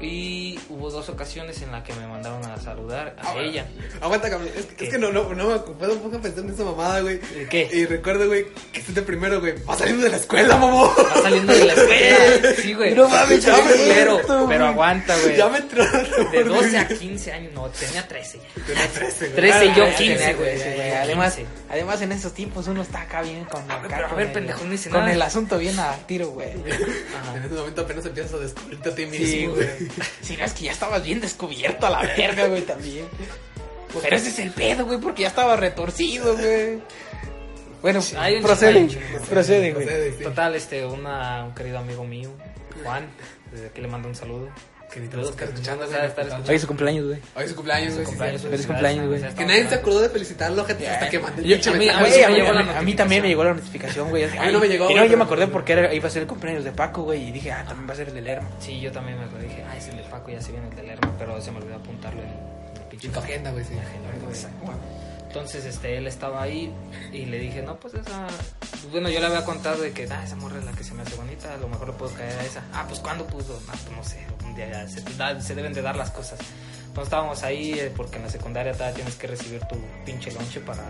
Speaker 1: Y hubo dos ocasiones en las que me mandaron a saludar a
Speaker 2: Ah,
Speaker 1: ella.
Speaker 2: Aguanta, cabrón. Es, que-
Speaker 1: ¿Qué?
Speaker 2: es que no, no, no me ocupado un poco pensando en esa mamada, güey.
Speaker 1: ¿El qué?
Speaker 2: Y recuerdo, güey, que este primero, güey. Va saliendo de la escuela, mamón.
Speaker 1: Va saliendo de la escuela. Sí, güey.
Speaker 3: No mames,
Speaker 1: Sí,
Speaker 2: ya me
Speaker 1: pero,
Speaker 3: siento, güey.
Speaker 1: pero aguanta, güey.
Speaker 2: Ya me entraron.
Speaker 1: De 12 a 15 años, no, tenía 13 ya.
Speaker 2: Tenía 13, güey.
Speaker 1: 13 y yo
Speaker 3: Ah, ya,
Speaker 1: 15,
Speaker 3: ya,
Speaker 1: güey.
Speaker 3: ya,
Speaker 1: sí,
Speaker 3: ya,
Speaker 1: güey,
Speaker 3: Además,
Speaker 1: 15.
Speaker 3: además, en esos tiempos uno está acá bien con,
Speaker 1: A ver,
Speaker 3: acá
Speaker 1: pero a
Speaker 3: con
Speaker 1: ver,
Speaker 3: el-
Speaker 1: pendejo, no hice
Speaker 3: con
Speaker 1: nada.
Speaker 3: el asunto bien a tiro, güey.
Speaker 1: Ajá.
Speaker 2: En ese momento apenas empiezas a descubrirte a ti mismo,
Speaker 3: Sí, güey. Si no es que ya estabas bien descubierto a la verga, güey, también. Pero ese es el pedo, güey, porque ya estaba retorcido, güey. Bueno,
Speaker 1: Hay un
Speaker 3: procede,
Speaker 1: chingo, hay un chingo.
Speaker 3: procede, güey.
Speaker 2: Procede, sí.
Speaker 1: Total, este, una, un querido amigo mío, Juan, desde aquí le mando un saludo.
Speaker 2: Que ni te vas a estar escuchando,
Speaker 1: Vas a estar escuchando.
Speaker 3: Hoy es su cumpleaños, güey.
Speaker 2: Hoy es su cumpleaños, güey. sí,
Speaker 1: Cumpleaños,
Speaker 2: sí.
Speaker 3: Feliz cumpleaños, güey.
Speaker 2: Que nadie se acordó de felicitarlo, gente. Hasta que mandé el
Speaker 1: Yo-
Speaker 2: pinche
Speaker 1: a mí-
Speaker 2: mensaje.
Speaker 1: a mí
Speaker 3: Güey,
Speaker 1: sí
Speaker 3: a,
Speaker 1: me
Speaker 3: mí,
Speaker 1: llegó la
Speaker 3: a mí- a mí también me llegó la notificación, güey.
Speaker 2: A mí no me llegó,
Speaker 3: Y no,
Speaker 2: güey,
Speaker 3: yo
Speaker 2: pero-
Speaker 3: me acordé porque era, iba a ser el cumpleaños de Paco, güey. Y dije, ah, también va a ser el del Lerma.
Speaker 1: Sí, yo también me acordé. Dije, ah, es el de Paco, ya se viene el de Lerma, pero se me olvidó apuntarlo en, en el pinche.
Speaker 2: En tu agenda, güey, sí.
Speaker 1: En la agenda, güey. Entonces, este, él estaba ahí y le dije, no, pues esa... Bueno, yo le había contado de que, ah, esa morra es la que se me hace bonita, a lo mejor le puedo caer a esa. Ah, pues ¿cuándo pudo? Ah, pues, no sé, un día ya se, da- se deben de dar las cosas. Entonces estábamos ahí eh, porque en la secundaria todavía tienes que recibir tu pinche lonche para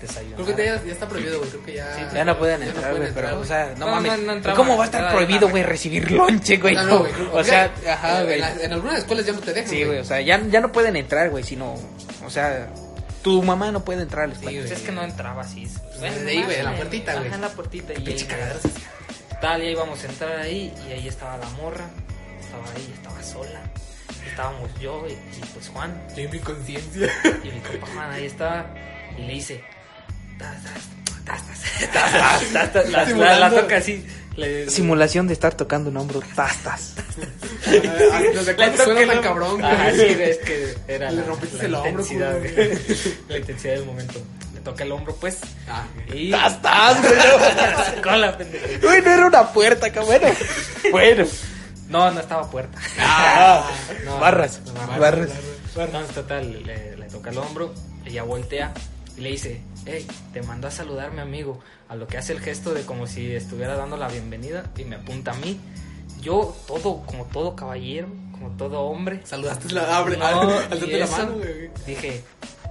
Speaker 1: desayunar.
Speaker 2: Creo que te- ya, está prohibido, güey. Creo que ya.
Speaker 1: Sí,
Speaker 3: Ya no pueden entrar,
Speaker 2: pueden
Speaker 3: güey, pero, o
Speaker 2: güey.
Speaker 3: sea, no,
Speaker 1: No, no,
Speaker 3: mames.
Speaker 1: no entraba.
Speaker 3: ¿Cómo va a estar
Speaker 1: Era
Speaker 3: prohibido,
Speaker 1: la-
Speaker 3: güey, recibir lonche, güey?
Speaker 2: Ah, No, no, güey.
Speaker 3: o sea,
Speaker 2: Creo-
Speaker 3: ajá,
Speaker 2: en
Speaker 3: güey.
Speaker 2: las- En algunas escuelas ya no te dejan.
Speaker 3: Sí, güey, o sea, ya, ya no pueden entrar, güey, sino, o sea, tu mamá no puede entrar a la escuela.
Speaker 1: Pues es que no entraba así.
Speaker 2: Pues desde ahí, güey, en la
Speaker 1: más,
Speaker 2: puertita,
Speaker 1: ajá,
Speaker 2: güey.
Speaker 1: en la puertita. Y
Speaker 2: Pinche
Speaker 1: ahí-
Speaker 2: cagadero.
Speaker 1: Tal, y ahí íbamos a entrar ahí, y ahí estaba la morra, estaba ahí, estaba sola, estábamos yo y, y, pues Juan,
Speaker 2: Yo en mi conciencia.
Speaker 1: y mi compa Juan ahí estaba, y le hice, tas, tas, tas, tas, tas, tas, tas, la- la, la
Speaker 2: Simulando.
Speaker 1: toca así, le,
Speaker 3: Simulación de estar tocando un hombro, tastas.
Speaker 2: Desde cuándo
Speaker 1: toca
Speaker 2: suena
Speaker 1: el
Speaker 2: tan
Speaker 1: hombro.
Speaker 2: cabrón,
Speaker 1: Ah,
Speaker 2: güey.
Speaker 1: sí, güey, es que era
Speaker 2: Le
Speaker 1: la,
Speaker 2: rompiste
Speaker 1: la
Speaker 2: el hombro,
Speaker 1: intensidad,
Speaker 2: culo,
Speaker 1: güey. la intensidad del momento, le toca el hombro pues,
Speaker 2: Ah,
Speaker 1: y
Speaker 3: ¡Tastas, güey!
Speaker 1: con la pendeja.
Speaker 3: Güey, no era una puerta, cabrón. Bueno.
Speaker 1: No, no estaba puerta. Ah, No,
Speaker 3: Ah, barras,
Speaker 1: no,
Speaker 3: barras.
Speaker 1: Entonces, total, le, le toca el hombro, ella voltea y le dice, hey, te mandó a saludar mi amigo, a lo que hace el gesto de como si estuviera dando la bienvenida y me apunta a mí. Yo, todo, como todo caballero, como todo hombre,
Speaker 2: Saludaste la abre,
Speaker 1: No,
Speaker 2: al-
Speaker 1: y
Speaker 2: alzate la
Speaker 1: eso.
Speaker 2: mano, güey.
Speaker 1: dije,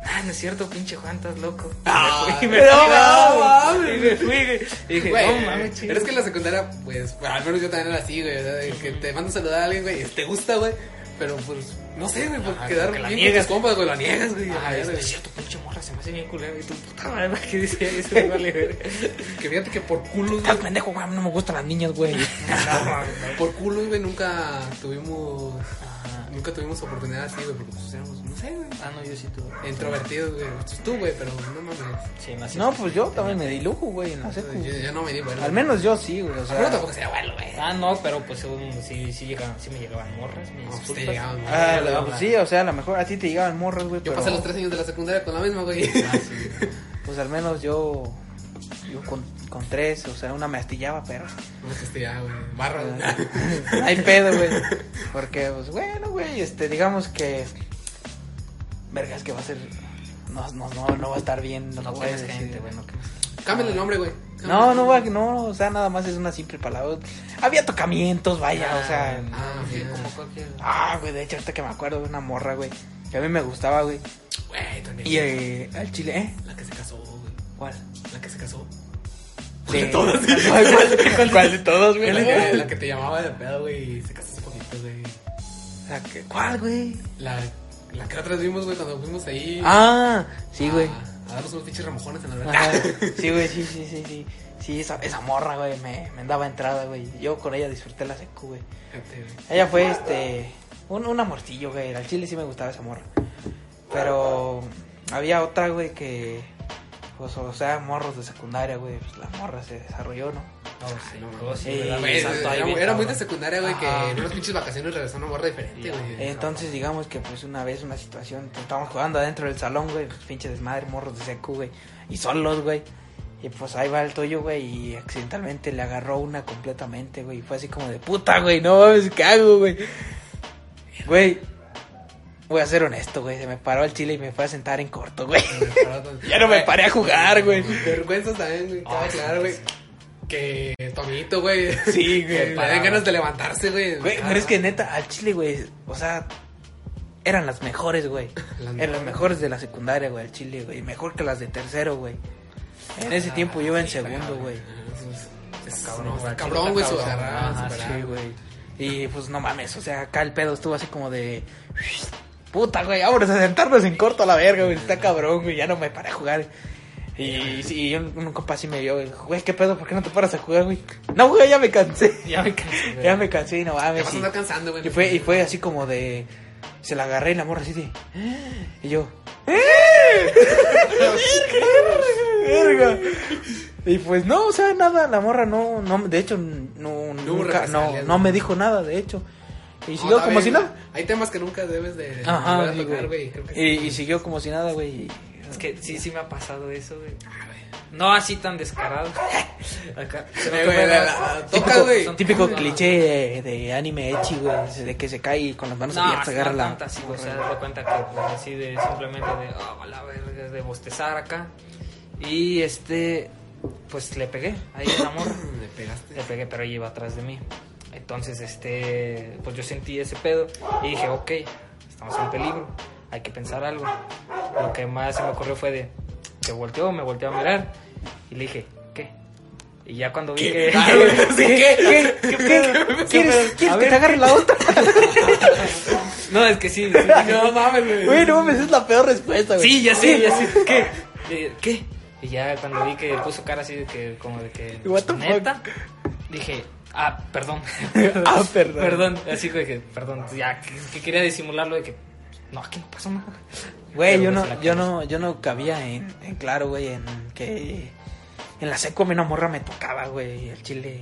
Speaker 1: ah, no es cierto, pinche Juan, estás loco.
Speaker 2: Ah,
Speaker 1: y me
Speaker 3: no
Speaker 1: fui, güey,
Speaker 2: mames.
Speaker 1: y me fui, güey. Y dije,
Speaker 2: Güey,
Speaker 1: no mames, Ah, chido".
Speaker 2: pero es que en la secundaria, pues, bueno, al menos yo también era así, güey, ¿verdad? De que te mando a saludar a alguien, güey, y te gusta, güey, pero pues, no sé, güey, por
Speaker 1: Ajá,
Speaker 2: quedar
Speaker 1: como que la
Speaker 2: bien con
Speaker 1: niegas.
Speaker 2: tus compas, güey, lo niegas, güey.
Speaker 1: Ah,
Speaker 2: a la
Speaker 1: es,
Speaker 2: verga.
Speaker 1: es cierto, pinche morra, se me hace bien culero. Y tu puta madre, ¿qué dice eso? Me vale verga.
Speaker 2: que fíjate que por culos,
Speaker 3: Estás
Speaker 2: güey,
Speaker 3: pendejo, güey, no me gustan las niñas, güey.
Speaker 1: No, mames.
Speaker 2: por culos, güey, nunca tuvimos,
Speaker 1: Ajá.
Speaker 2: nunca tuvimos oportunidad así, güey, porque nosotros éramos, no sé, güey.
Speaker 1: Ah, no, yo sí tuve.
Speaker 2: Introvertidos, güey. Pues Tú, güey, pero no mames.
Speaker 1: Sí, me
Speaker 3: No, pues yo también me di lujo, güey, en la secu.
Speaker 2: Yo, yo no me di vuelo.
Speaker 3: pues. Al menos yo sí, güey. O
Speaker 2: Pero
Speaker 3: sea,
Speaker 2: tampoco sería bueno, güey.
Speaker 1: Ah, no, pero pues según sí, sí, llegaban, sí me llegaban morras. Me
Speaker 2: No, pues,
Speaker 1: disculpas.
Speaker 2: te llegaban, güey.
Speaker 3: ah, la- pues sí, o sea, a lo mejor a ti te llegaban morras, güey.
Speaker 2: Yo
Speaker 3: pero-
Speaker 2: pasé los tres años de la secundaria con la misma, güey.
Speaker 1: Ah, sí.
Speaker 3: Pues al menos yo. Yo con, con tres, o sea, una me astillaba, pero.
Speaker 2: No sé, este ya, güey. Barra.
Speaker 3: Ah. Hay pedo, güey. Porque, pues bueno, güey, este, digamos que. Vergas, que va a ser. No, no, no, no va a estar bien. No,
Speaker 1: No,
Speaker 3: lo voy a
Speaker 1: quemes
Speaker 3: decir.
Speaker 1: gente, güey, no quemes gente.
Speaker 2: Cámbiale el nombre, güey.
Speaker 3: No, no va, no, o sea, nada más es una simple palabra. Había tocamientos, vaya, o sea.
Speaker 2: ah,
Speaker 1: sí,
Speaker 2: ok.
Speaker 1: como cualquier...
Speaker 3: Ah, güey, de hecho, ahorita que me acuerdo de una morra, güey, que a mí me gustaba, güey.
Speaker 2: Güey, también.
Speaker 3: Y eh, al chile, ¿eh?
Speaker 2: La que se casó, güey.
Speaker 3: ¿Cuál?
Speaker 2: La que se casó.
Speaker 3: De
Speaker 2: todas.
Speaker 3: Ay, ¿Cuál, cuál, de todos, güey?
Speaker 2: La que, la que te llamaba de pedo, güey. y Se casó hace poquito, güey.
Speaker 3: La que- ¿Cuál, güey?
Speaker 2: La, la que atrás vimos, güey, cuando fuimos ahí.
Speaker 3: Ah, sí,
Speaker 2: a-
Speaker 3: güey.
Speaker 2: A darnos unos pinches remojones en la
Speaker 3: Ajá.
Speaker 2: verdad.
Speaker 3: Sí, güey, sí, sí, sí, sí. Sí, esa, esa morra, güey, me, me daba entrada, güey. Yo con ella disfruté la secu, güey. Ella fue, este, un, un amorcillo, güey. Al chile sí me gustaba esa morra. Pero había otra, güey, que, pues, o sea, morros de secundaria, güey. Pues la morra se desarrolló, ¿no?
Speaker 1: No, sí,
Speaker 2: no,
Speaker 1: luego sí,
Speaker 3: sí,
Speaker 1: ¿verdad?
Speaker 2: Güey,
Speaker 1: Un salto
Speaker 2: era,
Speaker 1: ahí
Speaker 2: era
Speaker 1: bien
Speaker 2: muy de
Speaker 1: cabrón.
Speaker 2: secundaria, güey, que
Speaker 3: Ajá. Eh,
Speaker 2: en unas pinches vacaciones regresó una morra diferente, güey.
Speaker 3: Entonces, digamos que, pues, una vez una situación, pues, estábamos jugando adentro del salón, güey, pues, pinche desmadre, morros de secu, güey, y solos, güey. Y pues ahí va el tuyo, güey, y accidentalmente le agarró una completamente, güey, y fue así como de puta, güey, no mames, ¿qué hago, güey? Güey, voy a ser honesto, güey, se me paró el chile y me fue a sentar en corto, güey. Ya no me paré a jugar, güey.
Speaker 2: Vergüenzas también, güey. Cabe
Speaker 1: Ah, sí,
Speaker 2: aclarar, güey.
Speaker 1: sí.
Speaker 2: Que tu amiguito, güey.
Speaker 3: Sí,
Speaker 2: Que le
Speaker 1: parado.
Speaker 2: dan ganas de levantarse, güey.
Speaker 3: Güey, pero es que neta, al chile, güey, o sea, eran las mejores, güey.
Speaker 2: Las
Speaker 3: eran las mejores de la secundaria, güey, al chile, güey. Mejor que las de tercero, güey. En ese
Speaker 2: Ah,
Speaker 3: tiempo yo iba en
Speaker 2: sí,
Speaker 3: segundo, güey.
Speaker 2: Es- es-
Speaker 1: cabrón,
Speaker 2: no,
Speaker 1: güey,
Speaker 2: Está cabrón, güey,
Speaker 1: está
Speaker 2: su
Speaker 1: cabrón.
Speaker 2: agarrada,
Speaker 1: Ajá,
Speaker 2: su
Speaker 3: Ah, Sí,
Speaker 2: parada.
Speaker 3: güey. Y pues no mames, o sea, acá el pedo estuvo así como de... Puta, güey, vámonos a sentarnos en corto a la verga, güey. Está cabrón, güey, ya no me paré a jugar. Y sí, y un, un compa así me vio, güey, güey, ¿qué pedo? ¿Por qué no te paras a jugar, güey? No, güey, ya me cansé.
Speaker 1: Ya me cansé, güey.
Speaker 3: Ya me cansé y no
Speaker 2: Te
Speaker 3: mames.
Speaker 2: vas a
Speaker 3: y-
Speaker 2: andar cansando, güey.
Speaker 3: Y fue, y fue así como de. Se la agarré y la morra así de. Y yo. ¡Eh! ¡Verga! verga! Y pues no, o sea, nada, la morra no, no de hecho, no,
Speaker 2: hubo
Speaker 3: nunca, no,
Speaker 2: represalias,
Speaker 3: no
Speaker 2: güey.
Speaker 3: me dijo nada, de hecho. Y
Speaker 2: No,
Speaker 3: siguió
Speaker 2: está
Speaker 3: como
Speaker 2: bien,
Speaker 3: si
Speaker 2: güey.
Speaker 3: nada.
Speaker 2: Hay temas que nunca debes de de volver
Speaker 3: Ajá,
Speaker 2: a
Speaker 3: sí,
Speaker 2: tocar,
Speaker 3: güey.
Speaker 2: güey. Creo que
Speaker 3: Y, y siguió como si nada, güey. y-
Speaker 1: Es que sí, sí me ha pasado eso, güey.
Speaker 2: Ah,
Speaker 1: No así tan descarado. Acá. se me
Speaker 2: Eh, güey, la- la-
Speaker 1: acaba-
Speaker 2: toca,
Speaker 1: Típico-
Speaker 2: güey.
Speaker 1: son-
Speaker 3: Típico
Speaker 1: no,
Speaker 3: cliché de, de anime echi, güey, de que se cae y con las manos
Speaker 1: No,
Speaker 3: abiertas
Speaker 1: no
Speaker 3: agarra la.
Speaker 1: tanto así, güey. O sea, de cuenta que pues, así de simplemente de, ah, a la verga, de bostezar acá. Y este, pues le pegué ahí a la morra.
Speaker 2: Me pegaste.
Speaker 1: Le pegué, pero ella iba atrás de mí. Entonces, este, pues yo sentí ese pedo y dije, ok, estamos en peligro, hay que pensar algo. Lo que más se me ocurrió fue de, se volteó, me volteó a mirar y le dije, ¿qué? Y ya cuando vi que...
Speaker 2: Ah, güey, sí, ¿qué?
Speaker 3: ¿Qué? ¿Qué?
Speaker 1: pedo?
Speaker 3: ¿Quieres, quieres
Speaker 1: A
Speaker 3: que
Speaker 1: ver.
Speaker 3: te agarre la otra?
Speaker 1: No, es que sí, sí, dije,
Speaker 2: No mames, güey.
Speaker 3: Güey, no mames, es la peor respuesta, güey.
Speaker 1: sí, ya sé, ya sé, ¿qué? Eh, ¿Qué? Y ya cuando vi que puso cara así de que, como de que...
Speaker 3: What the fuck?
Speaker 1: ¿Neta? Dije, ah, perdón.
Speaker 3: Ah, perdón.
Speaker 1: Perdón, así de que, perdón, pues ya, que, que quería disimularlo de que, no, aquí no pasó nada.
Speaker 3: Güey,
Speaker 1: Pero
Speaker 3: yo
Speaker 1: pues se la
Speaker 3: no, yo
Speaker 1: comes.
Speaker 3: no, yo no cabía en, en claro, güey, en que en la seco a mí una morra me tocaba, güey, el chile.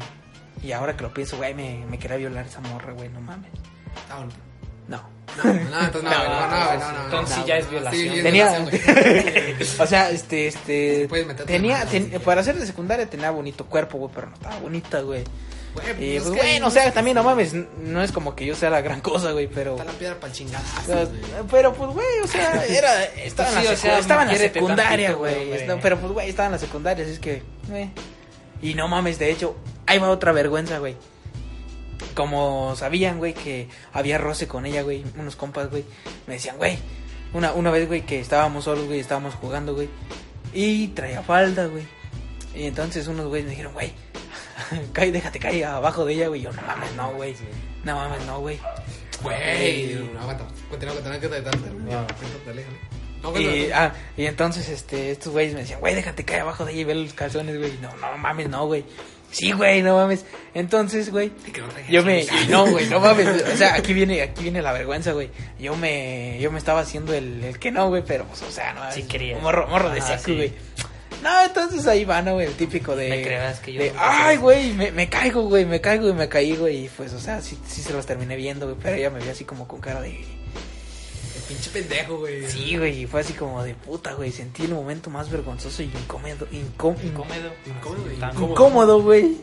Speaker 3: Y ahora que lo pienso, güey, me, me quería violar esa morra, güey, no mames.
Speaker 2: Ah, bueno.
Speaker 3: No.
Speaker 2: No, no, entonces no,
Speaker 1: No,
Speaker 2: güey, no, no, güey, no, no, no.
Speaker 1: entonces
Speaker 2: no,
Speaker 1: ya
Speaker 2: no,
Speaker 1: es
Speaker 2: no,
Speaker 1: violación.
Speaker 2: sí, es
Speaker 3: Tenía,
Speaker 2: violación, güey.
Speaker 3: o sea, este, este,
Speaker 2: Puedes meterte
Speaker 3: tenía,
Speaker 2: la mano,
Speaker 3: ten-
Speaker 2: sí.
Speaker 3: para ser de secundaria tenía bonito cuerpo, güey, pero no estaba bonita, güey.
Speaker 2: Güey,
Speaker 3: Y
Speaker 2: Eh, pues,
Speaker 3: pues,
Speaker 2: es que
Speaker 3: bueno, o sea, también no mames, n- no es como que yo sea la gran cosa, güey, pero.
Speaker 2: Está la piedra para el
Speaker 3: O sea,
Speaker 2: chingadazo, güey.
Speaker 3: pero pues, güey, o sea, era, estaba en la,
Speaker 1: Sí, o
Speaker 3: secu-
Speaker 1: sea,
Speaker 3: estaba en la
Speaker 1: quiérete
Speaker 3: secundaria,
Speaker 1: tantito,
Speaker 3: güey.
Speaker 1: güey.
Speaker 3: Esta- Pero pues, güey, estaba en la secundaria, así es que, eh. Y no mames, de hecho, ahí va otra vergüenza, güey. Como sabían, güey, que había roce con ella, güey, unos compas, güey, me decían, güey, una, una vez, güey, que estábamos solos, güey, estábamos jugando, güey, y traía falda, güey. Y entonces unos güeyes me dijeron, güey, cae, déjate caer abajo de ella, güey. Yo, no mames, no, güey. No mames, no, güey.
Speaker 2: Güey, no, aguanta. Continúa, continúa, que te tarde. Dale, dale. No, güey,
Speaker 3: Y,
Speaker 2: no.
Speaker 3: ah, y entonces este, estos güeyes me decían, güey, déjate caer abajo de ahí y ve los calzones, güey. No, no mames, no, güey. Sí, güey, no mames. Entonces, güey, yo me no, güey, no mames. O sea, aquí viene aquí viene la vergüenza, güey. Yo me yo me estaba haciendo el, el que no, güey, pero pues, o sea, no mames.
Speaker 1: Sí quería.
Speaker 3: Morro, morro de
Speaker 1: Ah,
Speaker 3: seco,
Speaker 1: sí.
Speaker 3: güey. No, entonces ahí va, ¿no, güey? El típico de...
Speaker 1: Me creas que yo
Speaker 3: de,
Speaker 1: nunca hice
Speaker 3: Ay,
Speaker 1: eso".
Speaker 3: güey, me, me caigo, güey, me caigo y me caí, güey. Y pues, o sea, sí, sí se los terminé viendo, güey. Pero ella me vio así como con cara de...
Speaker 2: Pinche pendejo, güey.
Speaker 3: Sí, güey, y fue así como de puta, güey. Sentí el momento más vergonzoso y incómodo, incó-
Speaker 1: Incómodo.
Speaker 2: Incómodo, e
Speaker 1: Así,
Speaker 2: incómodo.
Speaker 1: tan-
Speaker 3: incómodo, güey.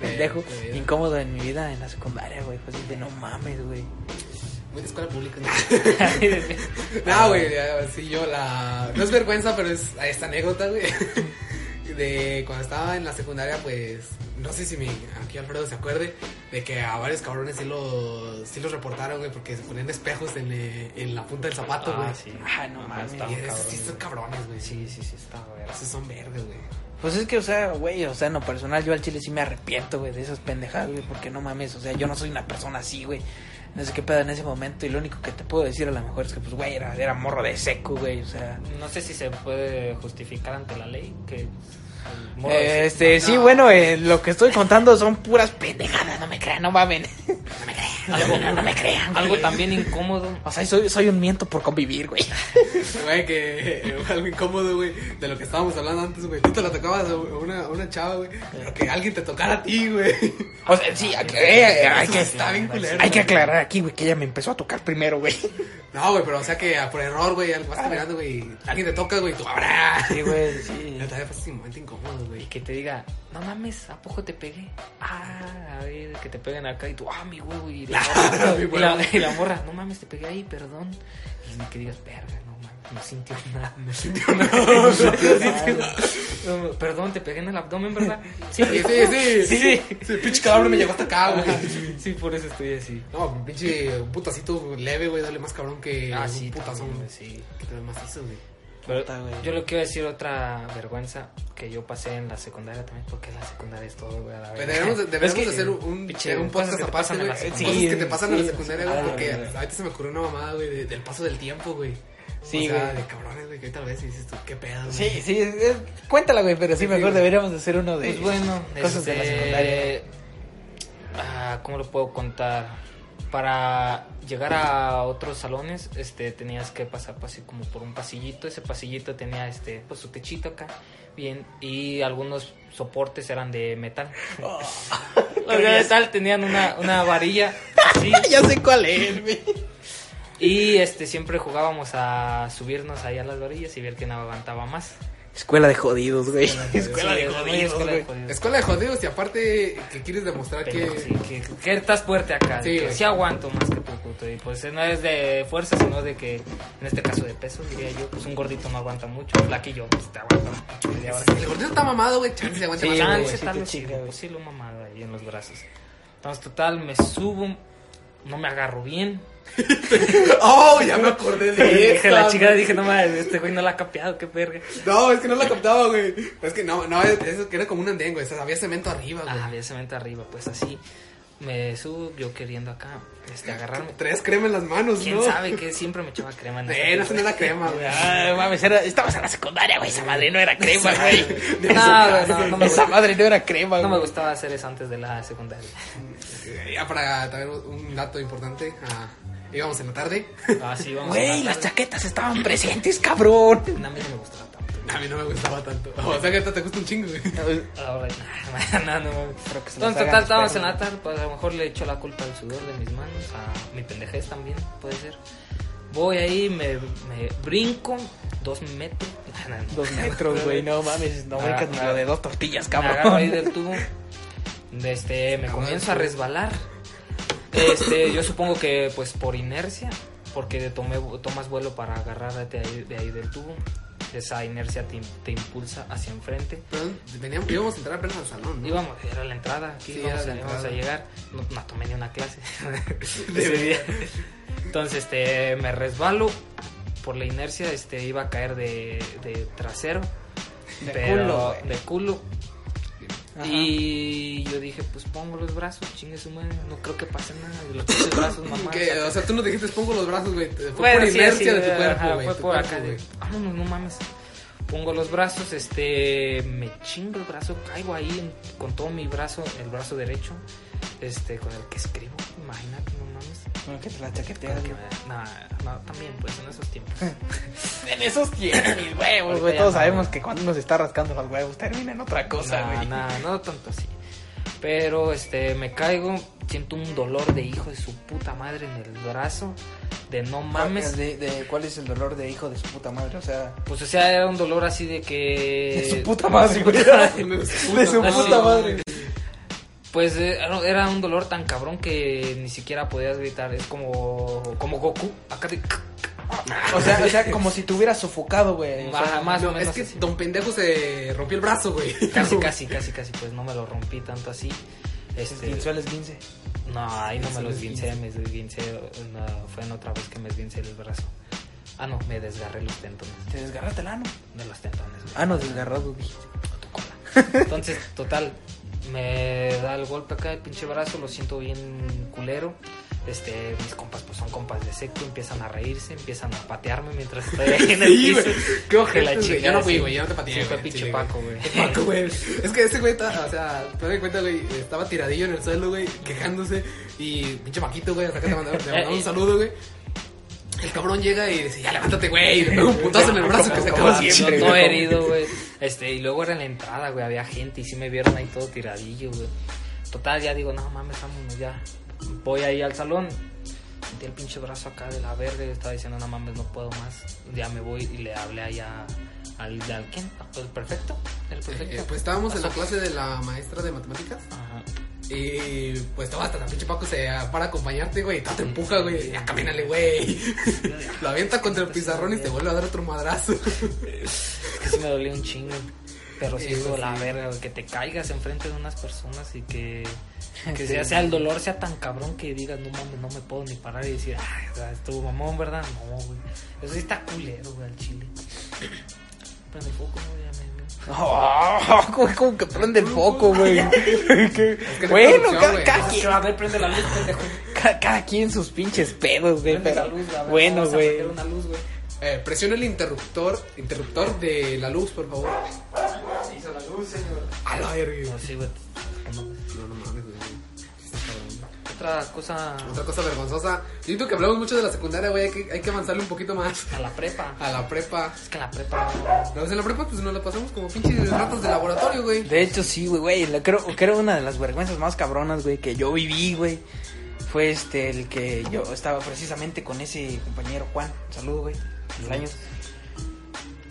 Speaker 3: Pendejo,
Speaker 2: de vida.
Speaker 3: incómodo en mi vida en la secundaria, güey. Fue así de no mames, güey.
Speaker 2: Muy de escuela pública.
Speaker 3: Ah,
Speaker 2: No, Ah, güey, ya, sí, yo la... No es vergüenza, pero es esta anécdota, güey. De cuando estaba en la secundaria, pues, no sé si mi, aquí Alfredo se acuerde, de que a varios cabrones sí los, sí los reportaron, güey, porque se ponían espejos en, eh, en la punta del zapato, güey.
Speaker 1: Ah, sí.
Speaker 3: Ah, no mames.
Speaker 1: está
Speaker 2: Y
Speaker 1: cabrón,
Speaker 2: esos sí son
Speaker 1: güey.
Speaker 2: cabrones, güey.
Speaker 1: Sí, sí, sí, está, güey.
Speaker 2: Esos son verdes, güey.
Speaker 3: Pues es que, o sea, güey, o sea, en lo personal, yo al chile sí me arrepiento, güey, de esas pendejadas, güey, porque no mames, o sea, yo no soy una persona así, güey. No sé qué pedo en ese momento, y lo único que te puedo decir a lo mejor es que, pues, güey, era, era morro de seco, güey, o sea.
Speaker 1: No sé si se puede justificar ante la ley que... el morro
Speaker 3: Eh,
Speaker 1: de-
Speaker 3: este, sí,
Speaker 2: no.
Speaker 3: bueno, eh, lo que estoy contando son puras pendejadas, no me crean, no mamen. No me crean, algo, no, me crean.
Speaker 1: Algo también incómodo.
Speaker 3: O sea, soy, soy un miento por convivir, güey.
Speaker 2: Güey, que eh, fue algo incómodo, güey, de lo que estábamos hablando antes, güey. Tú te la tocabas a una, a una chava, güey, pero que alguien te tocara a ti, güey.
Speaker 3: O sea, sí, hay que- eh, hay
Speaker 2: Eso
Speaker 3: que,
Speaker 2: está bien culero.
Speaker 3: hay que aclarar aquí, güey, que ella me empezó a tocar primero, güey.
Speaker 2: No, güey, pero o sea que ah, por error, güey, algo vas caminando, güey, alguien te toca, güey, tú habrá.
Speaker 3: Sí, güey, sí.
Speaker 2: La tarea fue ese momento incómodo,
Speaker 1: Y
Speaker 2: güey.
Speaker 1: que te diga, no mames, ¿a poco te pegué? Ah, a ver, que te peguen acá y tú, ah, mi huevo. Y la, morra,
Speaker 2: Mi
Speaker 1: y
Speaker 2: huevo.
Speaker 1: la- y la morra, no mames, te pegué ahí, perdón. Y que digas, verga, no mames, no sintió nada. No sintió nada. No, Perdón, te pegué en el abdomen, ¿verdad? Sí,
Speaker 2: Sí, sí, sí.
Speaker 1: Sí, sí.
Speaker 2: Sí, pinche cabrón me llegó hasta acá, güey.
Speaker 1: Sí, por eso estoy así.
Speaker 2: No, pinche un putacito leve, güey, dale más cabrón que
Speaker 1: Ah,
Speaker 2: un
Speaker 1: sí,
Speaker 2: putazón.
Speaker 1: también, sí.
Speaker 2: Que te lo macizo, güey.
Speaker 1: Pero
Speaker 3: Puta, güey.
Speaker 1: yo le quiero decir otra vergüenza que yo pasé en la secundaria también, porque la secundaria es todo, güey, a la
Speaker 2: Pero
Speaker 1: verga.
Speaker 2: Deberíamos, de- deberíamos
Speaker 1: Es que-
Speaker 2: de hacer un,
Speaker 1: Pinche,
Speaker 2: un
Speaker 1: cosas
Speaker 2: podcast
Speaker 1: que te
Speaker 2: aparte,
Speaker 1: pasan en
Speaker 2: güey.
Speaker 1: la
Speaker 2: Cosas
Speaker 1: secundaria.
Speaker 2: que te pasan en la
Speaker 3: sí,
Speaker 2: secundaria,
Speaker 1: sí,
Speaker 2: güey,
Speaker 1: sí.
Speaker 2: porque
Speaker 1: Ah, güey.
Speaker 2: ahorita se me ocurrió una mamada, güey, de- del paso del tiempo, güey.
Speaker 3: Sí,
Speaker 2: o sea,
Speaker 3: güey.
Speaker 2: de cabrones, güey, que ahorita lo ves y dices tú, qué pedo, güey.
Speaker 3: Sí, sí, es- es- cuéntala, güey, pero sí,
Speaker 2: Sí,
Speaker 3: mejor
Speaker 2: güey.
Speaker 3: deberíamos de hacer uno de
Speaker 1: Pues bueno,
Speaker 3: cosas de la
Speaker 1: este,
Speaker 3: secundaria.
Speaker 1: ah, ¿Cómo lo puedo contar? Para llegar a otros salones, este, tenías que pasar así como por un pasillito. Ese pasillito tenía, este, pues su techito acá, bien, y algunos soportes eran de metal.
Speaker 2: Oh.
Speaker 1: Los de metal tenían una, una varilla así.
Speaker 3: Ya sé cuál es, güey.
Speaker 1: Y este siempre jugábamos a subirnos ahí a las varillas y ver quién aguantaba más.
Speaker 3: Escuela de jodidos, güey. Escuela
Speaker 1: Sí,
Speaker 3: de
Speaker 1: es muy
Speaker 3: jodidos,
Speaker 1: escuela de
Speaker 3: güey.
Speaker 1: jodidos.
Speaker 2: Escuela de jodidos y aparte que quieres demostrar que...
Speaker 1: Pendejo, sí, que, que estás fuerte acá,
Speaker 2: Sí,
Speaker 1: de que
Speaker 2: güey.
Speaker 1: sí aguanto más que tú, puto. Y pues eh, no es de fuerza, sino de que, en este caso de peso, diría yo, pues un gordito no aguanta mucho, un flaquillo pues, te aguanta mucho. media hora.
Speaker 2: El gordito está mamado, güey, chance se aguanta
Speaker 1: Sí,
Speaker 2: más,
Speaker 1: chance,
Speaker 2: güey.
Speaker 3: sí
Speaker 1: tal
Speaker 3: te
Speaker 1: vez sí,
Speaker 3: chinga, güey.
Speaker 1: pues sí lo mamado ahí en los brazos. Entonces, total, me subo, no me agarro bien.
Speaker 2: Oh, ya me acordé de
Speaker 1: dije
Speaker 2: esta,
Speaker 1: la chica,
Speaker 2: güey.
Speaker 1: dije, no mames, este güey no la ha capeado, qué verga.
Speaker 2: No, es que no la captaba, güey. Es que no, no, es, es que era como un andén, güey. O sea, había cemento arriba, güey.
Speaker 1: Ah, había cemento arriba, pues así. Me subo yo queriendo acá, este, agarrarme.
Speaker 2: Tres crema en las manos,
Speaker 1: ¿Quién
Speaker 2: ¿no?
Speaker 1: sabe que siempre me echaba crema en
Speaker 2: Eh, no
Speaker 1: esa
Speaker 2: se no era crema, güey.
Speaker 3: Ah, mames, era, estabas en la secundaria, güey. Esa madre no era crema, güey.
Speaker 1: No, no, no, no me
Speaker 3: Esa
Speaker 1: gusta.
Speaker 3: madre no era crema,
Speaker 1: No me
Speaker 3: güey.
Speaker 1: gustaba hacer eso antes de la secundaria.
Speaker 2: Eh, Ya para traer un dato importante, ah, íbamos en la tarde.
Speaker 1: Ah, sí, vamos.
Speaker 3: Güey, las chaquetas estaban presentes, cabrón.
Speaker 1: A mí no me gustaba tanto.
Speaker 2: A mí no me gustaba tanto. O sea, que ahorita te gusta un chingo, güey.
Speaker 1: Ahora, no, no, no.
Speaker 3: Creo que se nos
Speaker 1: Entonces,
Speaker 3: hagan
Speaker 1: total, estábamos en
Speaker 3: esperma.
Speaker 1: la tarde. Pues a lo mejor le echo la culpa al sudor de mis manos, a mi pendejez también, puede ser. Voy ahí, me, me brinco dos metros. No, no, no.
Speaker 3: Dos metros, güey. No mames, no
Speaker 1: Ah,
Speaker 3: brincas ni
Speaker 1: ah.
Speaker 3: lo de dos tortillas,
Speaker 1: Me agarro ahí
Speaker 3: cabrón.
Speaker 1: del tubo. De Este, me
Speaker 2: Cabrón.
Speaker 1: comienzo a resbalar. Este, yo supongo que pues por inercia, porque tomé, tomas vuelo para agarrarte ahí- de ahí del tubo. Esa inercia te, im- te impulsa hacia enfrente.
Speaker 2: Pero veníamos, íbamos a entrar apenas al salón, ¿no?
Speaker 1: Íbamos, era la entrada, aquí
Speaker 2: Sí,
Speaker 1: íbamos,
Speaker 2: era la
Speaker 1: íbamos a
Speaker 2: entrada.
Speaker 1: llegar. No, no tomé ni una clase ese día. Entonces, este, me resbalo por la inercia, este, iba a caer de, de trasero.
Speaker 3: De
Speaker 1: pero-
Speaker 3: culo, güey.
Speaker 1: de culo.
Speaker 3: Ajá.
Speaker 1: Y yo dije, pues pongo los brazos, chingue su madre, no creo que pase nada. Los pinches brazos, mamá.
Speaker 2: Que, o sea, tú no dijiste pongo los brazos, güey. ah, Fue
Speaker 1: Bueno,
Speaker 2: por
Speaker 1: sí,
Speaker 2: inercia
Speaker 1: sí,
Speaker 2: de tu
Speaker 1: ajá,
Speaker 2: cuerpo, güey.
Speaker 1: Fue
Speaker 2: tu
Speaker 1: por
Speaker 2: cuerpo,
Speaker 1: acá, de,
Speaker 2: güey.
Speaker 1: vámonos, no mames. pongo los brazos, este, me chingo el brazo, caigo ahí en- con todo mi brazo, el brazo derecho, este, con el que escribo, imagínate, no mames.
Speaker 3: Bueno, que te la
Speaker 1: Con el
Speaker 3: chaqueteas.
Speaker 1: que
Speaker 3: güey.
Speaker 1: me- No, no, también, pues, en esos tiempos.
Speaker 3: En esos tiempos, mis
Speaker 1: Ahorita
Speaker 3: huevos, güey.
Speaker 1: ya
Speaker 3: Todos
Speaker 1: no,
Speaker 3: sabemos
Speaker 1: güey.
Speaker 3: que cuando nos está rascando los huevos termina en otra cosa,
Speaker 1: No,
Speaker 3: güey.
Speaker 1: no, no tanto así. Pero este, me caigo, siento un dolor de hijo de su puta madre en el brazo, de no mames.
Speaker 3: De, de- ¿Cuál es el dolor de hijo de su puta madre? O sea, eh,
Speaker 1: Pues o sea, era un dolor así de que...
Speaker 3: de su puta madre, güey. De su
Speaker 1: madre.
Speaker 3: puta madre.
Speaker 1: Pues eh, era era un dolor tan cabrón que ni siquiera podías gritar. Es como, como Goku. Acá te...
Speaker 3: O sea, o sea, como si te hubieras sofocado, güey. O sea,
Speaker 1: Ajá, más o
Speaker 2: Ah, No, es
Speaker 1: menos
Speaker 2: que
Speaker 1: así.
Speaker 2: Don Pendejo se rompió el brazo, güey.
Speaker 1: Casi, casi, casi, casi. Pues no me lo rompí tanto así. Este,
Speaker 3: Sensual es 15.
Speaker 1: No, ahí no me lo
Speaker 2: Eso es
Speaker 1: esguincé, me esguincé, no, fue en otra vez que me esguincé el brazo. Ah, no, me desgarré los tendones,
Speaker 3: Te desgarraste el ano.
Speaker 1: de los tendones. güey.
Speaker 3: Ano Ah, desgarrado, güey.
Speaker 1: Tu cola. Entonces, total, me da el golpe acá, el pinche brazo, lo siento bien culero. Este, mis compas, pues son compas de secto, empiezan a reírse, empiezan a patearme mientras estoy ahí en el
Speaker 2: Sí,
Speaker 1: piso.
Speaker 2: güey. Qué
Speaker 1: Que
Speaker 2: ojete,
Speaker 1: la
Speaker 2: güey.
Speaker 1: chica.
Speaker 2: Yo no fui,
Speaker 1: sí.
Speaker 2: güey. Yo no te pateé,
Speaker 1: Sí, fue
Speaker 2: güey.
Speaker 1: pinche
Speaker 2: Sí,
Speaker 1: Paco, güey.
Speaker 2: Paco, güey. Es que ese güey, estaba- o sea, te doy cuenta, güey, estaba tiradillo en el suelo, güey, quejándose. Y pinche Paquito, güey, hasta acá te mandaba,
Speaker 1: Eh,
Speaker 2: te mandaba un saludo, güey. El cabrón llega y dice, ya levántate, güey. Y le pega un putazo en el brazo que se
Speaker 1: Como
Speaker 2: acaba
Speaker 1: haciendo
Speaker 2: haciendo.
Speaker 1: todo herido, güey. Este, y luego era en la entrada, güey, había gente y sí me vieron ahí todo tiradillo, güey. Total, ya digo, no mames, vámonos ya. Voy ahí al salón. Sentí el pinche brazo acá de la verde, estaba diciendo, no mames, no puedo más. Ya me voy y le hablé allá al, al quién? El perfecto, el perfecto.
Speaker 2: Eh, Pues estábamos en la clase de la maestra de matemáticas.
Speaker 1: Ajá.
Speaker 2: Y pues todo hasta la pinche Paco se ah, para acompañarte, güey. y todo Te empuja, güey. Ya camínale, güey. Lo avienta contra el pizarrón y te vuelve a dar otro madrazo.
Speaker 1: Es que sí me dolió un chingo. Pero sí,
Speaker 2: Eh,
Speaker 1: hijo de la
Speaker 2: sí.
Speaker 1: verga, güey, que te caigas enfrente de unas personas y que, que
Speaker 3: Sí.
Speaker 1: sea, sea el dolor sea tan cabrón que digas, no mames, no me puedo ni parar y decir, ay, o sea, estuvo mamón, ¿verdad? No, güey. Eso sí está culero, güey, al chile. Prende el foco, güey, ya me- me-
Speaker 3: Oh, güey, como que prende el foco, güey. Qué-
Speaker 2: que no
Speaker 3: bueno,
Speaker 2: producción,
Speaker 3: ca-
Speaker 2: güey.
Speaker 3: cada, quien,
Speaker 1: A ver, prende la luz, pendejo.
Speaker 3: ca- cada quien sus pinches pedos, güey.
Speaker 1: Prende la
Speaker 3: Pero,
Speaker 1: luz, la verdad,
Speaker 3: bueno,
Speaker 1: vamos a
Speaker 3: güey.
Speaker 1: prender una luz, güey.
Speaker 2: Eh, presiona el interruptor, interruptor de la luz, por favor.
Speaker 1: Hizo la luz, señor.
Speaker 2: A la verga.
Speaker 1: No, sí, güey.
Speaker 2: No, no mames, güey. Está cabrón.
Speaker 1: Otra cosa
Speaker 2: Otra cosa vergonzosa. Yo siento que hablamos mucho de la secundaria, güey. Hay que, hay que avanzarle un poquito más
Speaker 1: a la prepa.
Speaker 2: a la prepa.
Speaker 1: Es que en la prepa.
Speaker 2: No, pues en la prepa, pues nos la pasamos como pinches ratos de laboratorio, güey.
Speaker 3: De hecho, sí, güey, güey. la- Creo, creo una de las vergüenzas más cabronas, güey, que yo viví, güey. Fue este, el que yo estaba precisamente con ese compañero Juan. Saludo, güey. los años.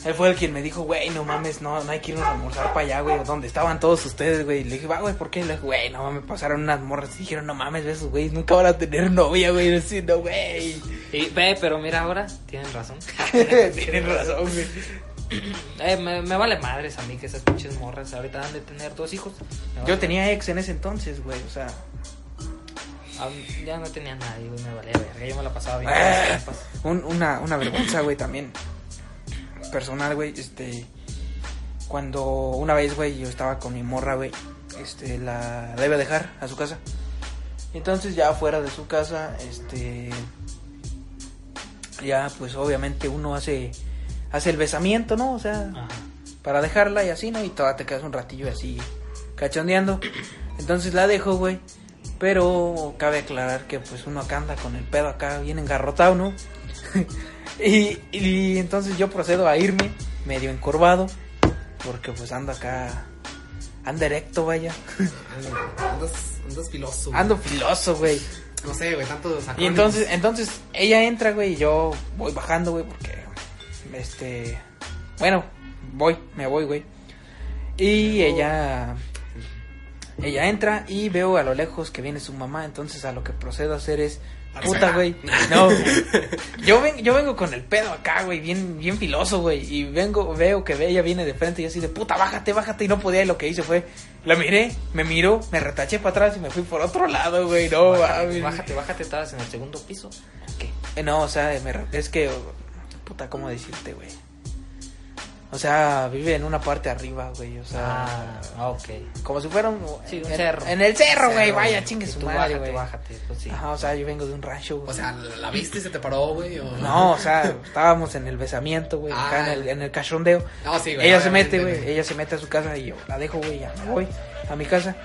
Speaker 3: Él fue el quien me dijo, güey, no mames, no, no hay que irnos a almorzar para allá, güey, donde estaban todos ustedes, güey. Y Le dije, va, güey, ¿por qué? Le dije, güey, no mames, pasaron unas morras y dijeron, no mames, esos güeyes nunca van a tener novia, güey. Y yo así, no, güey.
Speaker 1: Y, ve, pero mira ahora, tienen razón.
Speaker 3: Tienes razón, güey.
Speaker 1: Eh, me, me vale madres a mí que esas pinches morras ahorita han de tener dos hijos. Me vale-
Speaker 3: Yo tenía ex en ese entonces, güey, o sea.
Speaker 1: Ah, ya no tenía nadie, güey, me valía verga. Yo me la pasaba bien.
Speaker 3: Ah.
Speaker 1: con mis compas.
Speaker 3: Un- una, una vergüenza, güey, también. Personal, güey, este. Cuando una vez, güey, yo estaba con mi morra, güey, este, la debe dejar a su casa. Entonces, ya fuera de su casa, este. Ya, pues obviamente uno hace. Hace el besamiento, ¿no? O sea,
Speaker 1: Ajá.
Speaker 3: para dejarla y así, ¿no? Y toda te quedas un ratillo así cachondeando. Entonces la dejo, güey. Pero cabe aclarar que pues uno acá anda con el pedo acá bien engarrotado, ¿no? y, y entonces yo procedo a irme medio encorvado porque pues ando acá ando erecto, vaya.
Speaker 2: Andas, andas filoso. güey.
Speaker 3: Ando filoso, güey.
Speaker 2: No sé, güey, tanto sacón.
Speaker 3: Y entonces, entonces ella entra, güey, y yo voy bajando, güey, porque este bueno, voy, me voy, güey. Y ella ella entra y veo a lo lejos que viene su mamá, entonces a lo que procedo a hacer es puta, güey. No. Yo ven, yo vengo con el pedo acá, güey, bien bien filoso, güey, y vengo veo que ella viene de frente y yo así de puta, bájate, bájate y no podía y lo que hice fue la miré, me miró, me retaché para atrás y me fui por otro lado, güey. No,
Speaker 1: bájate,
Speaker 3: mames.
Speaker 1: bájate, bájate, estabas en el segundo piso. ¿O qué?
Speaker 3: Eh, No, o sea, me re- es que. Puta, ¿cómo decirte, güey? O O sea, vive en una parte arriba, güey. O sea,
Speaker 1: Ah, ah, ok.
Speaker 3: como si fuera un,
Speaker 1: Sí, un
Speaker 3: en,
Speaker 1: cerro.
Speaker 3: En el cerro, güey.
Speaker 1: Cerro,
Speaker 3: Vaya,
Speaker 1: güey.
Speaker 3: chingue
Speaker 1: Y
Speaker 3: su
Speaker 1: tú
Speaker 3: madre,
Speaker 1: bájate,
Speaker 3: güey.
Speaker 1: bájate, pues sí.
Speaker 3: Ajá, o sea, yo vengo de un rancho, güey.
Speaker 2: O sea, ¿la la viste y se te paró, güey? o-
Speaker 3: No, o sea, estábamos en el besamiento, güey, acá
Speaker 2: Ah.
Speaker 3: en el, en el cachondeo.
Speaker 2: No, sí, güey.
Speaker 3: ella se mete,
Speaker 2: obviamente,
Speaker 3: güey, ella se mete a su casa y yo la dejo, güey, ya me voy a mi casa.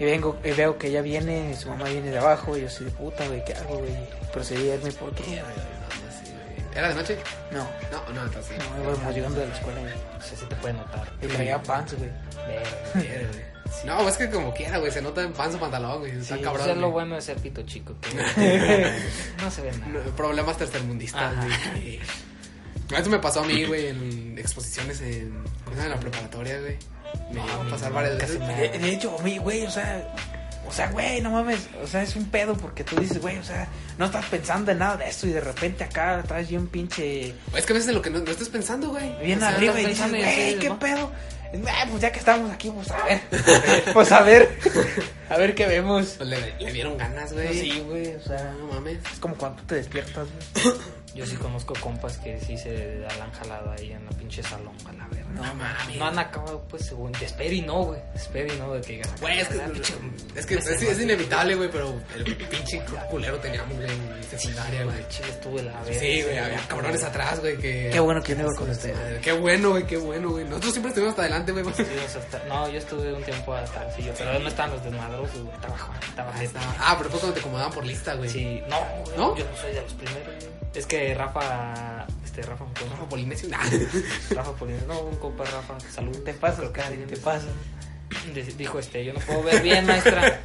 Speaker 3: Y vengo, y veo que ella viene, su mamá viene de abajo, y yo soy de puta, güey, ¿qué hago, güey? Procedí a irme por otro.
Speaker 2: Mierda, no, no, sí, güey. ¿Era de noche?
Speaker 3: No,
Speaker 2: No, no, entonces sí.
Speaker 3: no, íbamos llegando de la escuela, güey.
Speaker 1: No sé si te puede notar. Pues
Speaker 3: Y traía pants, güey.
Speaker 1: Verga.
Speaker 2: Mierda, güey. No, güey, es que como quiera, güey, se nota en panza pantalón, güey.
Speaker 1: Sí,
Speaker 2: Está
Speaker 1: pues
Speaker 2: cabrón.
Speaker 1: es lo
Speaker 2: güey.
Speaker 1: bueno de ser pito chico. que no se ve nada.
Speaker 2: No, Problemas tercermundistas,
Speaker 1: Ajá.
Speaker 2: güey. Eso me pasó a mí, güey, en exposiciones en, pues, en la preparatoria, güey. Me
Speaker 1: No,
Speaker 2: llegó a
Speaker 1: mi
Speaker 2: pasar varias
Speaker 1: nunca se
Speaker 2: veces.
Speaker 1: me-
Speaker 3: De, de hecho, mi- güey, o sea, o sea, güey, no mames, o sea, es un pedo porque tú dices, güey, o sea, no estás pensando en nada de esto y de repente acá estás bien pinche...
Speaker 2: Es que a veces en lo que no, no estás pensando, güey.
Speaker 3: Bien
Speaker 2: O sea,
Speaker 3: arriba y
Speaker 1: estás
Speaker 3: dices,
Speaker 1: pensando y
Speaker 3: güey,
Speaker 1: así,
Speaker 3: ¿qué
Speaker 1: ¿no?
Speaker 3: pedo? Ah, pues ya que estamos aquí, pues a ver. pues a ver. A ver qué vemos.
Speaker 2: Pues le, le dieron ganas, güey. Ah,
Speaker 3: Sí, güey, o sea.
Speaker 2: No mames.
Speaker 3: Es como cuando tú te despiertas, güey.
Speaker 1: Yo sí conozco compas que sí se la han jalado ahí en la pinche salón, a la verga.
Speaker 2: No mames.
Speaker 1: No han acabado, pues, según. Te espero y no, güey. Te espero y no, de que digas. "Ah,
Speaker 2: Güey, es que,
Speaker 1: la pinche-
Speaker 2: es, que es, es inevitable, güey, pero el pinche culero teníamos, güey, en secundaria, güey.
Speaker 1: güey, chile, estuve la verga.
Speaker 2: Sí, güey, había cabrones atrás, güey, que...
Speaker 3: Qué bueno que no iba con ustedes.
Speaker 2: Madre, Este, Qué bueno, güey, qué bueno, güey. Nosotros siempre estuvimos hasta adelante, güey.
Speaker 1: Estuvimos hasta- No, yo estuve un tiempo atrás, y yo, pero no estaban los desmadrosos, güey. Estaba Juan, estaba Jeta.
Speaker 2: Ah, pero fue cuando te acomodaban por lista, güey.
Speaker 1: Sí, no, güey,
Speaker 2: ¿No?
Speaker 1: yo no soy de los primeros. güey. Es que Rafa, este, Rafa, un
Speaker 2: Rafa
Speaker 1: compa,
Speaker 2: Polinesio. Nah.
Speaker 1: Rafa Polinesio, no, un compa Rafa, salud.
Speaker 3: Te pasas,
Speaker 1: Creo que
Speaker 3: Cari,
Speaker 1: sí,
Speaker 3: te pasas.
Speaker 1: de- Dijo este, yo no puedo ver bien, maestra.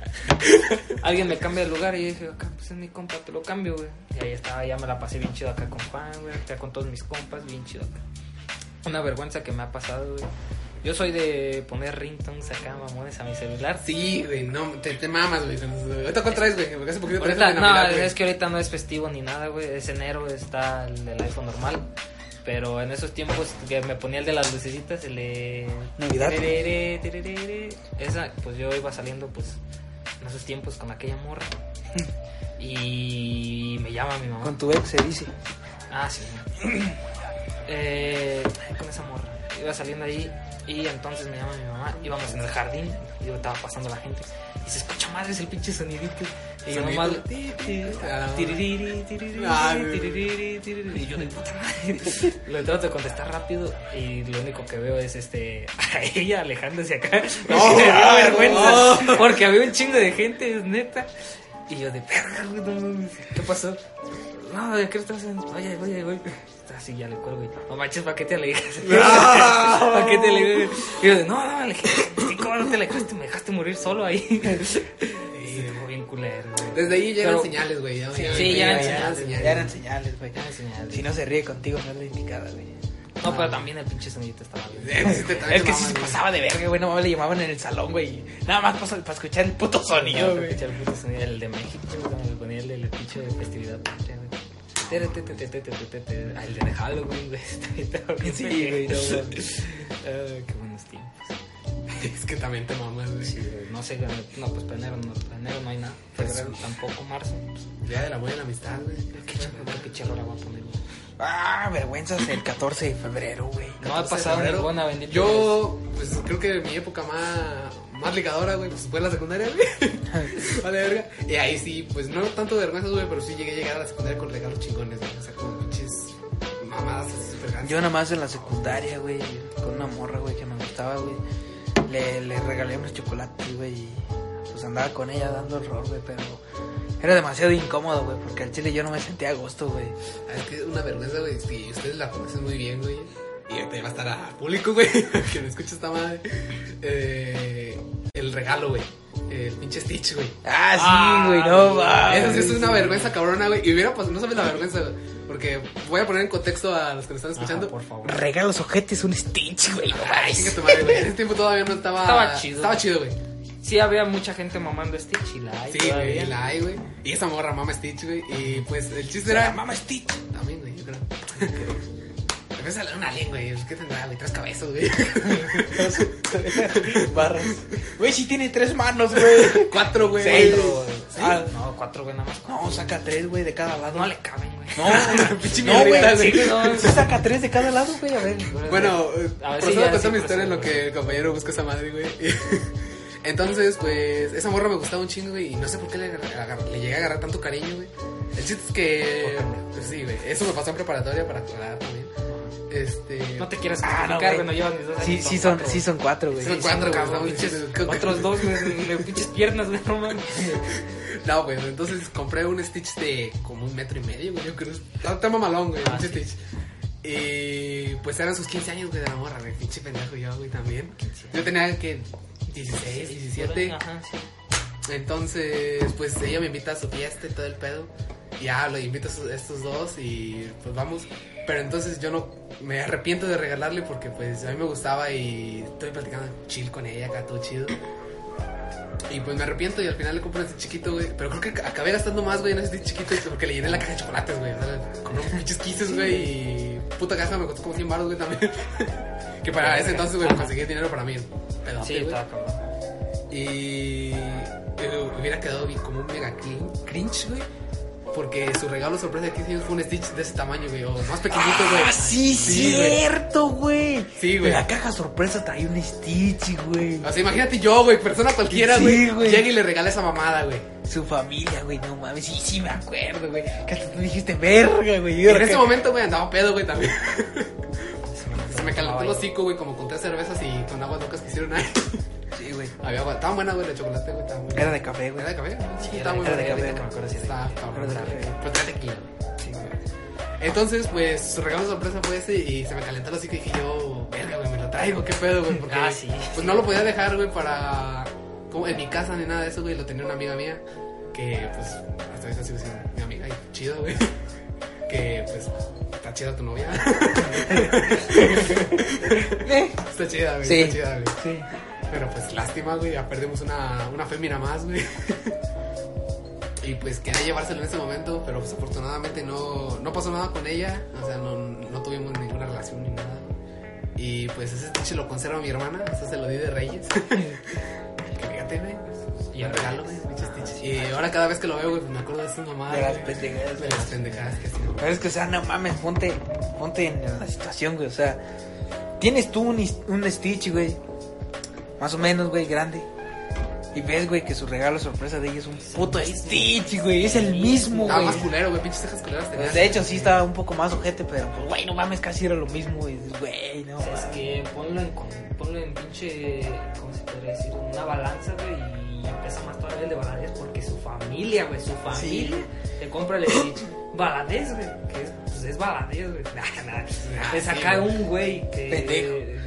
Speaker 1: Alguien me cambia de lugar y yo dije, acá, pues es mi compa, te lo cambio, güey. Y ahí estaba, ya me la pasé bien chido acá con Juan, güey, acá con todos mis compas, bien chido acá. Una vergüenza que me ha pasado, güey. Yo soy de poner ringtones acá, mamones, a mi celular.
Speaker 2: Sí, güey, no, te, te mamas, güey. Ahorita cuál traes, güey, porque hace poquito traes
Speaker 1: Ahorita,
Speaker 2: el de Navidad,
Speaker 1: no,
Speaker 2: güey.
Speaker 1: es que ahorita no es festivo ni nada, güey. Es enero, está el del iPhone normal. Pero en esos tiempos que me ponía el de las lucecitas, el de...
Speaker 3: Navidad.
Speaker 1: Tererere, tererere. Esa, pues yo iba saliendo, pues, en esos tiempos con aquella morra. Y me llama mi mamá.
Speaker 3: Con tu ex se dice.
Speaker 1: Ah, sí. Eh, con esa morra. Iba saliendo ahí y entonces me llama mi mamá. Íbamos en el jardín. Yo estaba pasando la gente. Y se escucha madre es el pinche sonidito. Y yo
Speaker 2: Sonidito.
Speaker 1: nomás.
Speaker 2: Ti, ti, a la mamá.
Speaker 1: Tiririri, tiririri,
Speaker 2: Ah,
Speaker 1: tiririri, tiririri. Y yo de puta madre. Lo trato de contestar rápido y lo único que veo es este. A ella alejándose acá.
Speaker 2: No,
Speaker 1: Me da vergüenza.
Speaker 2: no.
Speaker 1: Porque había un chingo de gente, es neta. Y yo de verga, güey, no mames, ¿Qué pasó? No, ¿de qué estás haciendo? Oye, oye, oye. Está así, ya le cuelgo. y, No manches, ¿para qué te alejas? ¿Para qué te alejas? Y yo de, no, no, me alejé. Sí, ¿Cómo no te alejaste? Me dejaste morir solo ahí. Sí, estuvo bien culero. güey.
Speaker 2: Desde ahí ya eran
Speaker 1: Pero-
Speaker 2: señales, güey. ya,
Speaker 1: Sí,
Speaker 2: ya,
Speaker 1: sí,
Speaker 2: güey,
Speaker 1: ya eran
Speaker 3: Ya
Speaker 1: señales,
Speaker 3: eran señales, güey.
Speaker 1: Ya eran señales.
Speaker 3: Si no se ríe contigo, no es la indicada, güey.
Speaker 1: No, pero también el pinche sonidito estaba bien.
Speaker 2: Eh, sí, te- también te
Speaker 3: Es que
Speaker 2: mamas,
Speaker 3: si se
Speaker 2: güey.
Speaker 3: pasaba de verga, güey, no mames, le llamaban en el salón, güey. Nada más para, para escuchar el puto sonido,
Speaker 1: Para
Speaker 3: güey.
Speaker 1: escuchar el puto sonido, el de México, güey, con el del pinche de festividad. güey. Tere, te, te, te, te, te, te, te. Ah, El de Halloween, güey. Estaba bien
Speaker 3: Sí, güey, no
Speaker 1: pendejo.
Speaker 3: mames.
Speaker 1: Ah, Qué buenos tiempos.
Speaker 2: Es que también te mamas, güey.
Speaker 1: Sí, güey, no sé, no, pues para enero no, para enero no hay nada.
Speaker 3: Pues
Speaker 1: Febrero tampoco, marzo. pues,
Speaker 2: Día del amor y la amistad, güey.
Speaker 1: Qué chingada, qué chingada voy a poner. güey.
Speaker 3: Ah, vergüenzas el 14 de febrero, güey.
Speaker 1: No ha pasado
Speaker 2: Febrero.
Speaker 1: ninguna bendita.
Speaker 2: Yo, pues creo que mi época más, más ligadora, güey, pues fue la secundaria, güey. vale, verga. Y ahí sí, pues no tanto de vergüenza, güey, pero sí llegué a llegar a la secundaria con regalos chingones, güey. O sea, con pinches mamadas así súper grandes.
Speaker 3: Yo nada más en la secundaria, güey, con una morra, güey, que me gustaba, güey. Le, le regalé unos chocolates, güey, y pues andaba con ella dando el rol, güey, pero era demasiado incómodo, güey, porque al chile yo no me sentía a gusto, güey.
Speaker 2: Ah, Es que es una vergüenza, güey. Si ustedes la conocen muy bien, güey. Y te va a estar a público, güey. Que me escucha esta madre. Eh, el regalo, güey. El pinche Stitch, güey.
Speaker 3: Ah,
Speaker 1: Ah,
Speaker 3: sí, güey, no
Speaker 1: güey.
Speaker 3: mames.
Speaker 2: Eso sí es una vergüenza cabrona, güey. Y hubiera pasado, no sabes la vergüenza, güey. Porque voy a poner en contexto a los que nos están
Speaker 1: Ajá,
Speaker 2: escuchando.
Speaker 1: por favor.
Speaker 3: Regalos ojetes, un Stitch, güey, no
Speaker 2: Ay, chinga
Speaker 3: mames.
Speaker 2: tu madre, güey. En ese tiempo todavía no estaba.
Speaker 1: Estaba chido.
Speaker 2: Estaba chido, güey.
Speaker 1: Sí, había mucha gente mamando este chilay.
Speaker 2: Sí, güey. La hay, güey. Y esa morra mama Stitch, güey. Y pues el chiste
Speaker 3: Era
Speaker 2: era.
Speaker 3: mamá Stitch.
Speaker 2: También, güey, yo creo. Empieza a hablar una alien, güey. ¿Qué tendrá, güey? Tres cabezas, güey.
Speaker 3: Barras. Güey, sí tiene tres manos, güey.
Speaker 2: Cuatro, güey.
Speaker 3: Seis.
Speaker 1: Cuatro, güey.
Speaker 3: Ah.
Speaker 1: No, cuatro, güey, nada más.
Speaker 3: No, saca tres, güey, de cada lado.
Speaker 1: No le caben, güey.
Speaker 3: No, güey. no,
Speaker 2: mierda,
Speaker 3: güey.
Speaker 2: güey.
Speaker 3: sí, no, sí saca tres de cada lado, güey. A ver.
Speaker 2: Bueno,
Speaker 1: A ver, sí,
Speaker 2: procedo
Speaker 1: ya,
Speaker 2: a contar
Speaker 1: sí,
Speaker 2: mi historia en lo
Speaker 1: procedo,
Speaker 2: que el compañero busca esa madre, güey. Entonces, pues, esa morra me gustaba un chingo, güey, y no sé por qué le, agarra- agarra- le llegué a agarrar tanto cariño, güey. El chiste es que. pues, sí, güey, eso me pasó en preparatoria para aclarar también. Este.
Speaker 1: No te quieras
Speaker 3: Ah,
Speaker 1: complicar,
Speaker 3: no, güey.
Speaker 1: güey, no llevas ni dos años.
Speaker 3: Sí, sí son,
Speaker 1: cuatro,
Speaker 3: sí son cuatro, güey.
Speaker 2: Son
Speaker 1: güey.
Speaker 2: cuatro, güey,
Speaker 1: cabrón,
Speaker 2: no, pinches,
Speaker 1: güey. Otros dos, güey, de pinches piernas, güey, no mames.
Speaker 2: No, güey, entonces compré un Stitch de como un metro y medio, güey. Yo creo. Está, está mamalón, güey,
Speaker 1: Ah,
Speaker 2: pinche
Speaker 1: sí.
Speaker 2: Stitch. Y pues eran sus 15 años, güey, de la morra, güey. Pinche pendejo yo, güey, también. Yo tenía que 16, 17.
Speaker 1: Ajá, sí.
Speaker 2: Entonces, pues ella me invita a su fiesta y todo el pedo. Ya, lo invito a su- estos dos y pues vamos. Pero entonces yo no me arrepiento de regalarle porque pues a mí me gustaba y estoy platicando chill con ella acá, todo chido. Y pues me arrepiento y al final le compré este chiquito, güey. Pero creo que acabé gastando más, güey, en este chiquito porque le llené la caja de chocolates, güey. O sea, le compré unos pinches quises, güey, y puta caja me costó como 100 baros, güey, también. que para ese entonces, güey, conseguir dinero para mí. es un pedote,
Speaker 1: Sí,
Speaker 2: güey.
Speaker 1: estaba cabrón.
Speaker 2: Y eh, hubiera quedado bien como un mega clean, cringe, güey. Porque su regalo sorpresa de 15 años fue un Stitch de ese tamaño, güey. O más pequeñito, güey.
Speaker 3: Ah, sí,
Speaker 2: Sí, güey.
Speaker 3: cierto, güey.
Speaker 2: Sí, güey.
Speaker 3: La caja sorpresa traía un Stitch, güey.
Speaker 2: O sea, imagínate yo, güey, persona cualquiera,
Speaker 3: Sí,
Speaker 2: güey.
Speaker 3: güey.
Speaker 2: Llega y le regala esa mamada, güey.
Speaker 3: Su familia, güey, no mames. Sí, sí, me acuerdo, güey. Que hasta tú dijiste verga, güey.
Speaker 2: Y
Speaker 3: Yo
Speaker 2: en
Speaker 3: acá-
Speaker 2: ese momento, güey, andaba pedo, güey, también. Se me
Speaker 3: Ah,
Speaker 2: calentó
Speaker 1: Ay,
Speaker 2: el hocico, güey, como con tres cervezas y con aguas locas que hicieron ahí.
Speaker 3: Sí, güey.
Speaker 2: Había agua. Estaban buenas, güey, de chocolate, güey. estaban buenas.
Speaker 3: Era de café, güey.
Speaker 2: ¿Era de café? Sí,
Speaker 1: era
Speaker 2: estaba
Speaker 1: de
Speaker 2: muy
Speaker 3: café,
Speaker 2: buena.
Speaker 3: era de
Speaker 2: Ahorita
Speaker 3: café,
Speaker 2: me acuerdo si era
Speaker 1: estaba
Speaker 2: de café.
Speaker 1: cabrón,
Speaker 2: Estaba
Speaker 3: estaba
Speaker 2: cabrón.
Speaker 3: cabrón.
Speaker 2: Pero trae tequila, güey. Entonces, pues, su regalo sorpresa fue ese y se me calentó así que dije yo, verga, güey, me lo traigo, qué pedo, güey, porque
Speaker 1: Ah, sí,
Speaker 2: pues no lo podía dejar, güey, para como en mi casa ni nada de eso, güey, lo tenía una amiga mía que pues hasta ahorita sigue siendo mi amiga y chido, güey. Que pues está chida tu novia.
Speaker 3: Eh,
Speaker 2: está chida, güey,
Speaker 3: Sí.
Speaker 2: está chida, güey.
Speaker 3: Sí.
Speaker 2: Pero pues lástima, güey, ya perdimos una, una fémina más, güey. Y pues quería llevárselo en ese momento, pero pues afortunadamente no, no pasó nada con ella, o sea, no, no tuvimos ninguna relación ni nada. Y pues ese tiche lo conserva mi hermana, o sea, se lo di de Reyes. que fíjate, güey. Y el regalo, güey, pinche Stitch. Y ahora cada vez que lo veo, güey, pues me acuerdo de esa mamá.
Speaker 3: De las pendejadas,
Speaker 2: De las pendejadas que hacía.
Speaker 3: Pero es que, o sea, no mames, ponte, ponte en la situación, güey. O sea, tienes tú un, is- un Stitch, güey. Más o menos, güey, grande. Y ves, güey, que su regalo sorpresa de ella es un puto Stitch, güey. Es el mismo,
Speaker 2: Estaba
Speaker 3: güey.
Speaker 2: Ah, más culero, güey, pinches cejas culeras tenía.
Speaker 3: Pues, de hecho, sí estaba un poco más ojete, pero, pues, güey, no mames, casi era lo mismo, güey. Dices, Güey, no
Speaker 1: O sea, es
Speaker 3: mames.
Speaker 1: que ponlo en, con- ponlo en pinche, ¿cómo se podría decir? Una balanza, güey, y empieza más todavía el de Baladés porque su familia, güey, su familia te compra el Stitch. Baladés, güey, que es, pues es Baladés, güey. Ah, Nah, nah, te
Speaker 2: sí,
Speaker 1: saca
Speaker 2: güey.
Speaker 1: un güey que...
Speaker 3: Pendejo.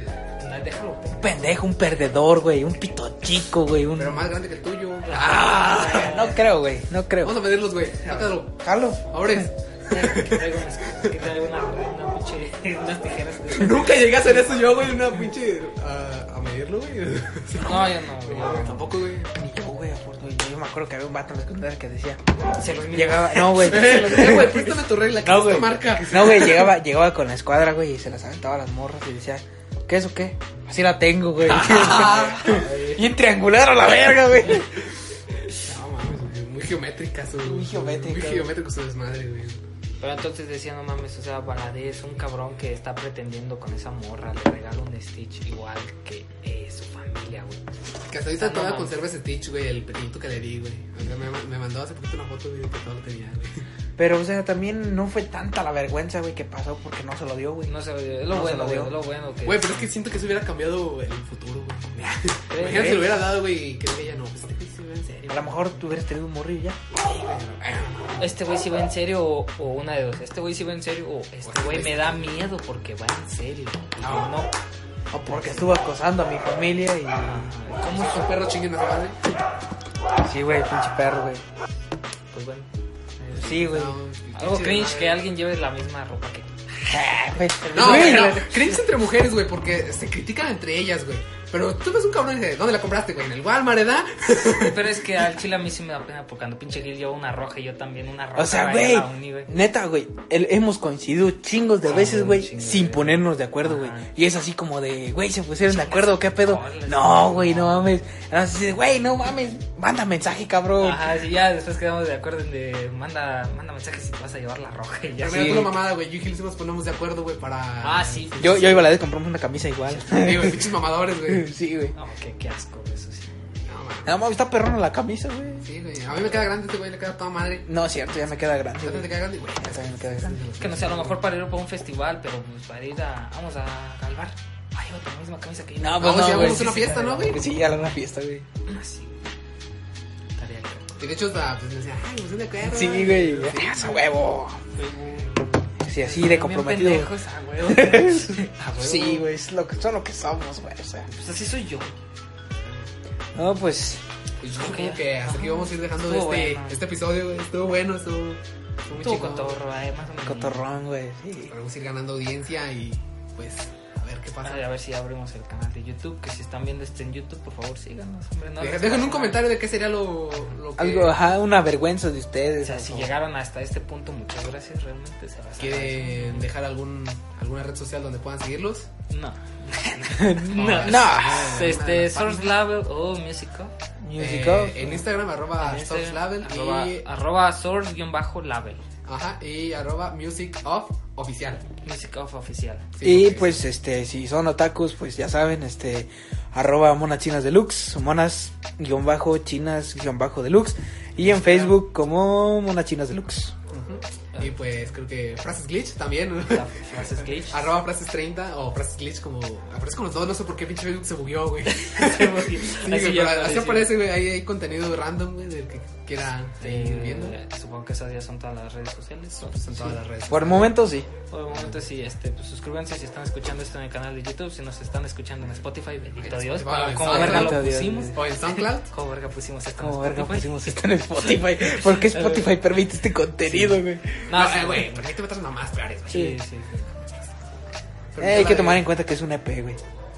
Speaker 1: Nah, déjalo,
Speaker 3: Un pendejo, un perdedor, güey. Un pito chico, güey. Un...
Speaker 2: Pero más grande que el tuyo.
Speaker 3: Ah, no creo, güey, no creo.
Speaker 2: Vamos a pedirlos, güey. Sácalo.
Speaker 3: Jalo.
Speaker 2: Ahora
Speaker 1: pendejo. Que traiga unas- que traiga una, una pinche, unas tijeras. güey.
Speaker 2: Nunca llegué a hacer eso yo, güey, una pinche. a, a medirlo, güey.
Speaker 1: No, yo no, güey, yo no.
Speaker 2: Tampoco, güey.
Speaker 3: Ni yo, güey, acuerdo. Yo, yo me acuerdo que había un vato en la secundaria que decía.
Speaker 1: Se los
Speaker 3: Llegaba, no, güey.
Speaker 2: Eh, güey, préstame tu regla, que
Speaker 3: No,
Speaker 2: es esta
Speaker 3: güey.
Speaker 2: marca.
Speaker 3: No, güey, llegaba, llegaba con la escuadra, güey, y se las aventaba a las morras y decía, ¿qué es o qué? Así la tengo, güey. Bien triangular a la verga, güey.
Speaker 2: No, mames, güey, muy geométrica su.
Speaker 3: Muy geométrica,
Speaker 2: Muy
Speaker 3: güey.
Speaker 2: geométrico su desmadre, güey.
Speaker 1: Pero entonces decía, no mames, o sea, Baladés, un cabrón que está pretendiendo con esa morra, le regala un Stitch igual que eh, su familia, güey.
Speaker 2: Que hasta ahorita
Speaker 1: Ah, no
Speaker 2: todavía
Speaker 1: mames.
Speaker 2: conserva ese Stitch, güey, el pelito que le di, güey. O sea, me, me mandó hace poquito una foto, güey, que todo lo tenía, güey.
Speaker 3: Pero, o sea, también no fue tanta la vergüenza, güey, que pasó porque no se lo dio, güey.
Speaker 1: Pues No sé, es lo
Speaker 3: No se
Speaker 1: bueno,
Speaker 3: lo
Speaker 1: güey,
Speaker 3: dio.
Speaker 1: es lo bueno que...
Speaker 2: Güey, pero es que siento que se hubiera cambiado el futuro, güey.
Speaker 1: ¿Crees?
Speaker 2: Imagínate si lo hubiera dado, güey, y creo que ya no. Pues este güey se ve en serio.
Speaker 3: A lo mejor tú hubieras tenido un morrillo ya.
Speaker 1: Este güey sí va en serio o, o una de dos. Este güey sí va en serio o este güey me da miedo porque va en serio. Y yo no.
Speaker 3: O porque estuvo acosando a mi familia y.
Speaker 2: ¿Cómo su perro chinguen a su madre?
Speaker 3: Sí, güey, pinche perro, güey.
Speaker 1: Pues bueno.
Speaker 3: Sí, güey.
Speaker 2: No,
Speaker 1: Algo
Speaker 2: pinche
Speaker 1: cringe
Speaker 2: madre.
Speaker 1: que alguien lleve la misma ropa que tú.
Speaker 3: Ah, güey.
Speaker 2: No,
Speaker 3: Güey,
Speaker 2: güey, no.
Speaker 3: la-
Speaker 2: Cringe entre mujeres, güey, porque se critican entre ellas, güey. Pero tú ves un cabrón y dices, ¿dónde la compraste, güey? En el Walmart, ¿verdad?
Speaker 1: Pero es que al chile a mí sí me da pena porque cuando pinche Gil lleva una roja y yo también una roja.
Speaker 3: O sea,
Speaker 1: vaya a
Speaker 3: güey,
Speaker 1: la uni, güey.
Speaker 3: neta, güey, el- hemos coincidido chingos de
Speaker 1: Ah,
Speaker 3: veces,
Speaker 1: un
Speaker 3: güey,
Speaker 1: chingo,
Speaker 3: sin
Speaker 1: güey.
Speaker 3: ponernos de acuerdo, güey.
Speaker 1: Ajá.
Speaker 3: Y es así como de, güey, se pusieron de acuerdo, ¿qué pedo?
Speaker 1: colas,
Speaker 3: No,
Speaker 1: no.
Speaker 3: güey, no mames. Así de, güey, no mames, manda mensaje, cabrón.
Speaker 1: Ajá, sí, ya después quedamos de acuerdo en de manda, manda mensajes si te vas a llevar la roja y ya.
Speaker 2: Pero
Speaker 1: Sí.
Speaker 2: mira, pura mamada, güey. Yo y Gil siempre nos ponemos de acuerdo, güey, para.
Speaker 1: Ah, sí.
Speaker 3: Yo, yo y Valadez compramos una camisa igual.
Speaker 2: Sí, güey, pinches mamadores, güey.
Speaker 3: sí, güey.
Speaker 1: No, qué, qué asco, eso sí.
Speaker 2: No, mames.
Speaker 3: No mames, está perrona la camisa, güey.
Speaker 2: Sí, güey. A mí me queda grande este güey, le queda toda madre.
Speaker 3: No, es cierto, ya me queda grande.
Speaker 2: ¿A ti
Speaker 3: güey.
Speaker 2: te queda grande, güey?
Speaker 3: Ya también me queda grande.
Speaker 1: Es que no sé, a lo mejor para ir para un festival, pero pues para ir a. Vamos a Galvar. Ay, otra misma camisa que yo. Ah,
Speaker 3: No, pues
Speaker 2: Ah, Vamos,
Speaker 3: no,
Speaker 2: ya
Speaker 3: güey.
Speaker 2: vamos a
Speaker 3: sí,
Speaker 2: una
Speaker 3: sí.
Speaker 2: fiesta, ¿no, güey?
Speaker 3: Sí, ya era una fiesta, güey.
Speaker 1: Así. Estaría bien.
Speaker 2: Y de hecho, hasta, pues me decía, ay, pues de acuerdo.
Speaker 3: Sí, güey. Esa huevo. Sí, así de
Speaker 1: Bien
Speaker 3: comprometido.
Speaker 1: pendejos, ah, a huevo. A huevo.
Speaker 3: Sí, güey, es lo que, son lo que somos, güey. O sea.
Speaker 1: Pues así soy yo.
Speaker 3: No, pues.
Speaker 2: Pues yo creo que hasta aquí vamos a ir dejando de
Speaker 1: Estuvo
Speaker 2: este,
Speaker 1: bueno.
Speaker 2: este episodio, güey. Estuvo bueno, estuvo, estuvo muy
Speaker 1: Tú
Speaker 2: chico.
Speaker 1: cotorro, eh, además.
Speaker 3: Cotorrón, güey. Sí.
Speaker 2: Esperemos ir ganando audiencia y pues a ver qué pasa.
Speaker 1: A ver si abrimos el canal de YouTube. Que si están viendo este en YouTube, por favor síganos, hombre. No
Speaker 2: Deja-
Speaker 1: les
Speaker 2: Dejen
Speaker 1: pasa
Speaker 2: un
Speaker 1: nada.
Speaker 2: comentario de qué sería lo, lo que,
Speaker 3: Algo, ajá, una vergüenza de
Speaker 1: O
Speaker 3: ustedes.
Speaker 1: sea, si
Speaker 3: o-
Speaker 1: llegaron hasta este punto, muchas gracias, realmente se las
Speaker 2: quieren dejar algún, alguna red social donde puedan seguirlos.
Speaker 1: agradezco. No.
Speaker 3: No,
Speaker 1: no.
Speaker 3: no.
Speaker 1: Este, Source Label o Musical.
Speaker 3: Music
Speaker 2: Eh,
Speaker 3: Off.
Speaker 2: en Instagram, arroba
Speaker 1: En Instagram,
Speaker 2: Ah, Source Label
Speaker 1: arroba, ah.
Speaker 2: y,
Speaker 1: arroba source-label.
Speaker 2: ajá, y arroba Music Off Oficial.
Speaker 1: Music Off Oficial.
Speaker 2: Sí,
Speaker 3: Y
Speaker 2: porque-
Speaker 3: pues, este, si son otakus, pues ya saben, este, arroba monas chinas deluxe, monas guión bajo chinas guión bajo deluxe, y en Facebook como monas chinas deluxe.
Speaker 2: Y pues creo que frases glitch también. ¿no?
Speaker 1: La frase es glitch.
Speaker 2: Arroba frases 30 o frases glitch como... Aparece con los dos, no sé por qué pinche Facebook se bugueó, güey. Sí,
Speaker 1: Así
Speaker 2: güey,
Speaker 1: ya
Speaker 2: pero así
Speaker 1: apareció.
Speaker 2: aparece, güey. Ahí hay contenido random, güey, del que quieran seguir
Speaker 1: Eh,
Speaker 2: viendo.
Speaker 1: supongo que esas ya son todas las redes sociales.
Speaker 2: Son pues, en todas las redes.
Speaker 3: Por el momento sí.
Speaker 1: Por el momento sí, este, pues suscríbanse si están escuchando esto en el canal de YouTube, si nos están escuchando en Spotify, bendito
Speaker 2: Ay,
Speaker 1: Dios,
Speaker 2: Spotify,
Speaker 1: para- como
Speaker 2: Spotify,
Speaker 1: verga lo
Speaker 3: bendito Dios.
Speaker 1: pusimos.
Speaker 2: O en SoundCloud.
Speaker 1: Como verga pusimos esto en
Speaker 3: Como verga
Speaker 1: Spotify.
Speaker 3: pusimos esto en Spotify. ¿Por qué Spotify permite este contenido, güey?
Speaker 1: No,
Speaker 2: No,
Speaker 1: sí,
Speaker 2: eh, güey, ¿por qué te metas mamás peores, güey?
Speaker 1: Sí, sí.
Speaker 2: Pero
Speaker 3: Eh, hay
Speaker 2: ya
Speaker 3: que
Speaker 2: la-
Speaker 3: tomar en cuenta que es un EP, güey.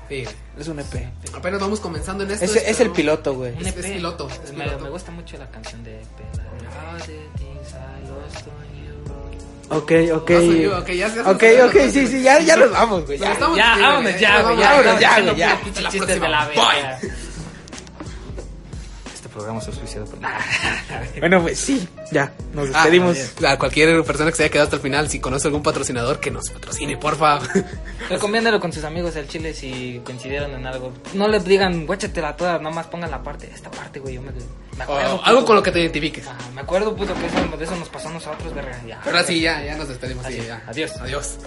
Speaker 2: Sí, güey.
Speaker 3: Es un EP.
Speaker 2: apenas vamos comenzando en esto.
Speaker 3: Es, es el
Speaker 2: pero-
Speaker 3: piloto, güey.
Speaker 1: Un E
Speaker 2: Es- es piloto, es
Speaker 1: me,
Speaker 2: piloto.
Speaker 1: me gusta mucho la canción de EP. la de All the things I lost on you.
Speaker 3: Ok, ok.
Speaker 2: Ah, soy yo, ok, ya- ya-
Speaker 3: Ok, ok, sí, sí, ya, ya nos vamos, güey.
Speaker 2: Pero
Speaker 3: ya.
Speaker 2: estamos-
Speaker 1: Ya,
Speaker 2: sí,
Speaker 1: vámonos
Speaker 2: güey,
Speaker 1: ya, güey. Ya,
Speaker 3: vámonos ya,
Speaker 1: haciendo
Speaker 3: güey, ya.
Speaker 1: puros pinches
Speaker 2: La
Speaker 1: chistes de la
Speaker 2: próxima,
Speaker 1: verga. Este programa es auspiciado por.
Speaker 3: Bueno, pues sí, ya. Nos
Speaker 2: Ah,
Speaker 3: despedimos.
Speaker 2: a cualquier persona que se haya quedado hasta el final, si conoce algún patrocinador, que nos patrocine, porfa.
Speaker 1: Recomiéndalo con sus amigos al chile si coincidieron en algo. No les digan, guáchatela toda, nada más pongan la parte. Esta parte, güey, yo me, me
Speaker 2: O
Speaker 1: acuerdo. puto.
Speaker 2: Oh, algo con lo que te identifiques.
Speaker 1: Ajá, me acuerdo, puto, que eso, de eso nos pasó a nosotros, verga. Ya.
Speaker 2: Ahora sí, ya, ya nos despedimos.
Speaker 1: Así
Speaker 2: sí,
Speaker 1: es.
Speaker 2: ya.
Speaker 1: Adiós.
Speaker 2: Adiós.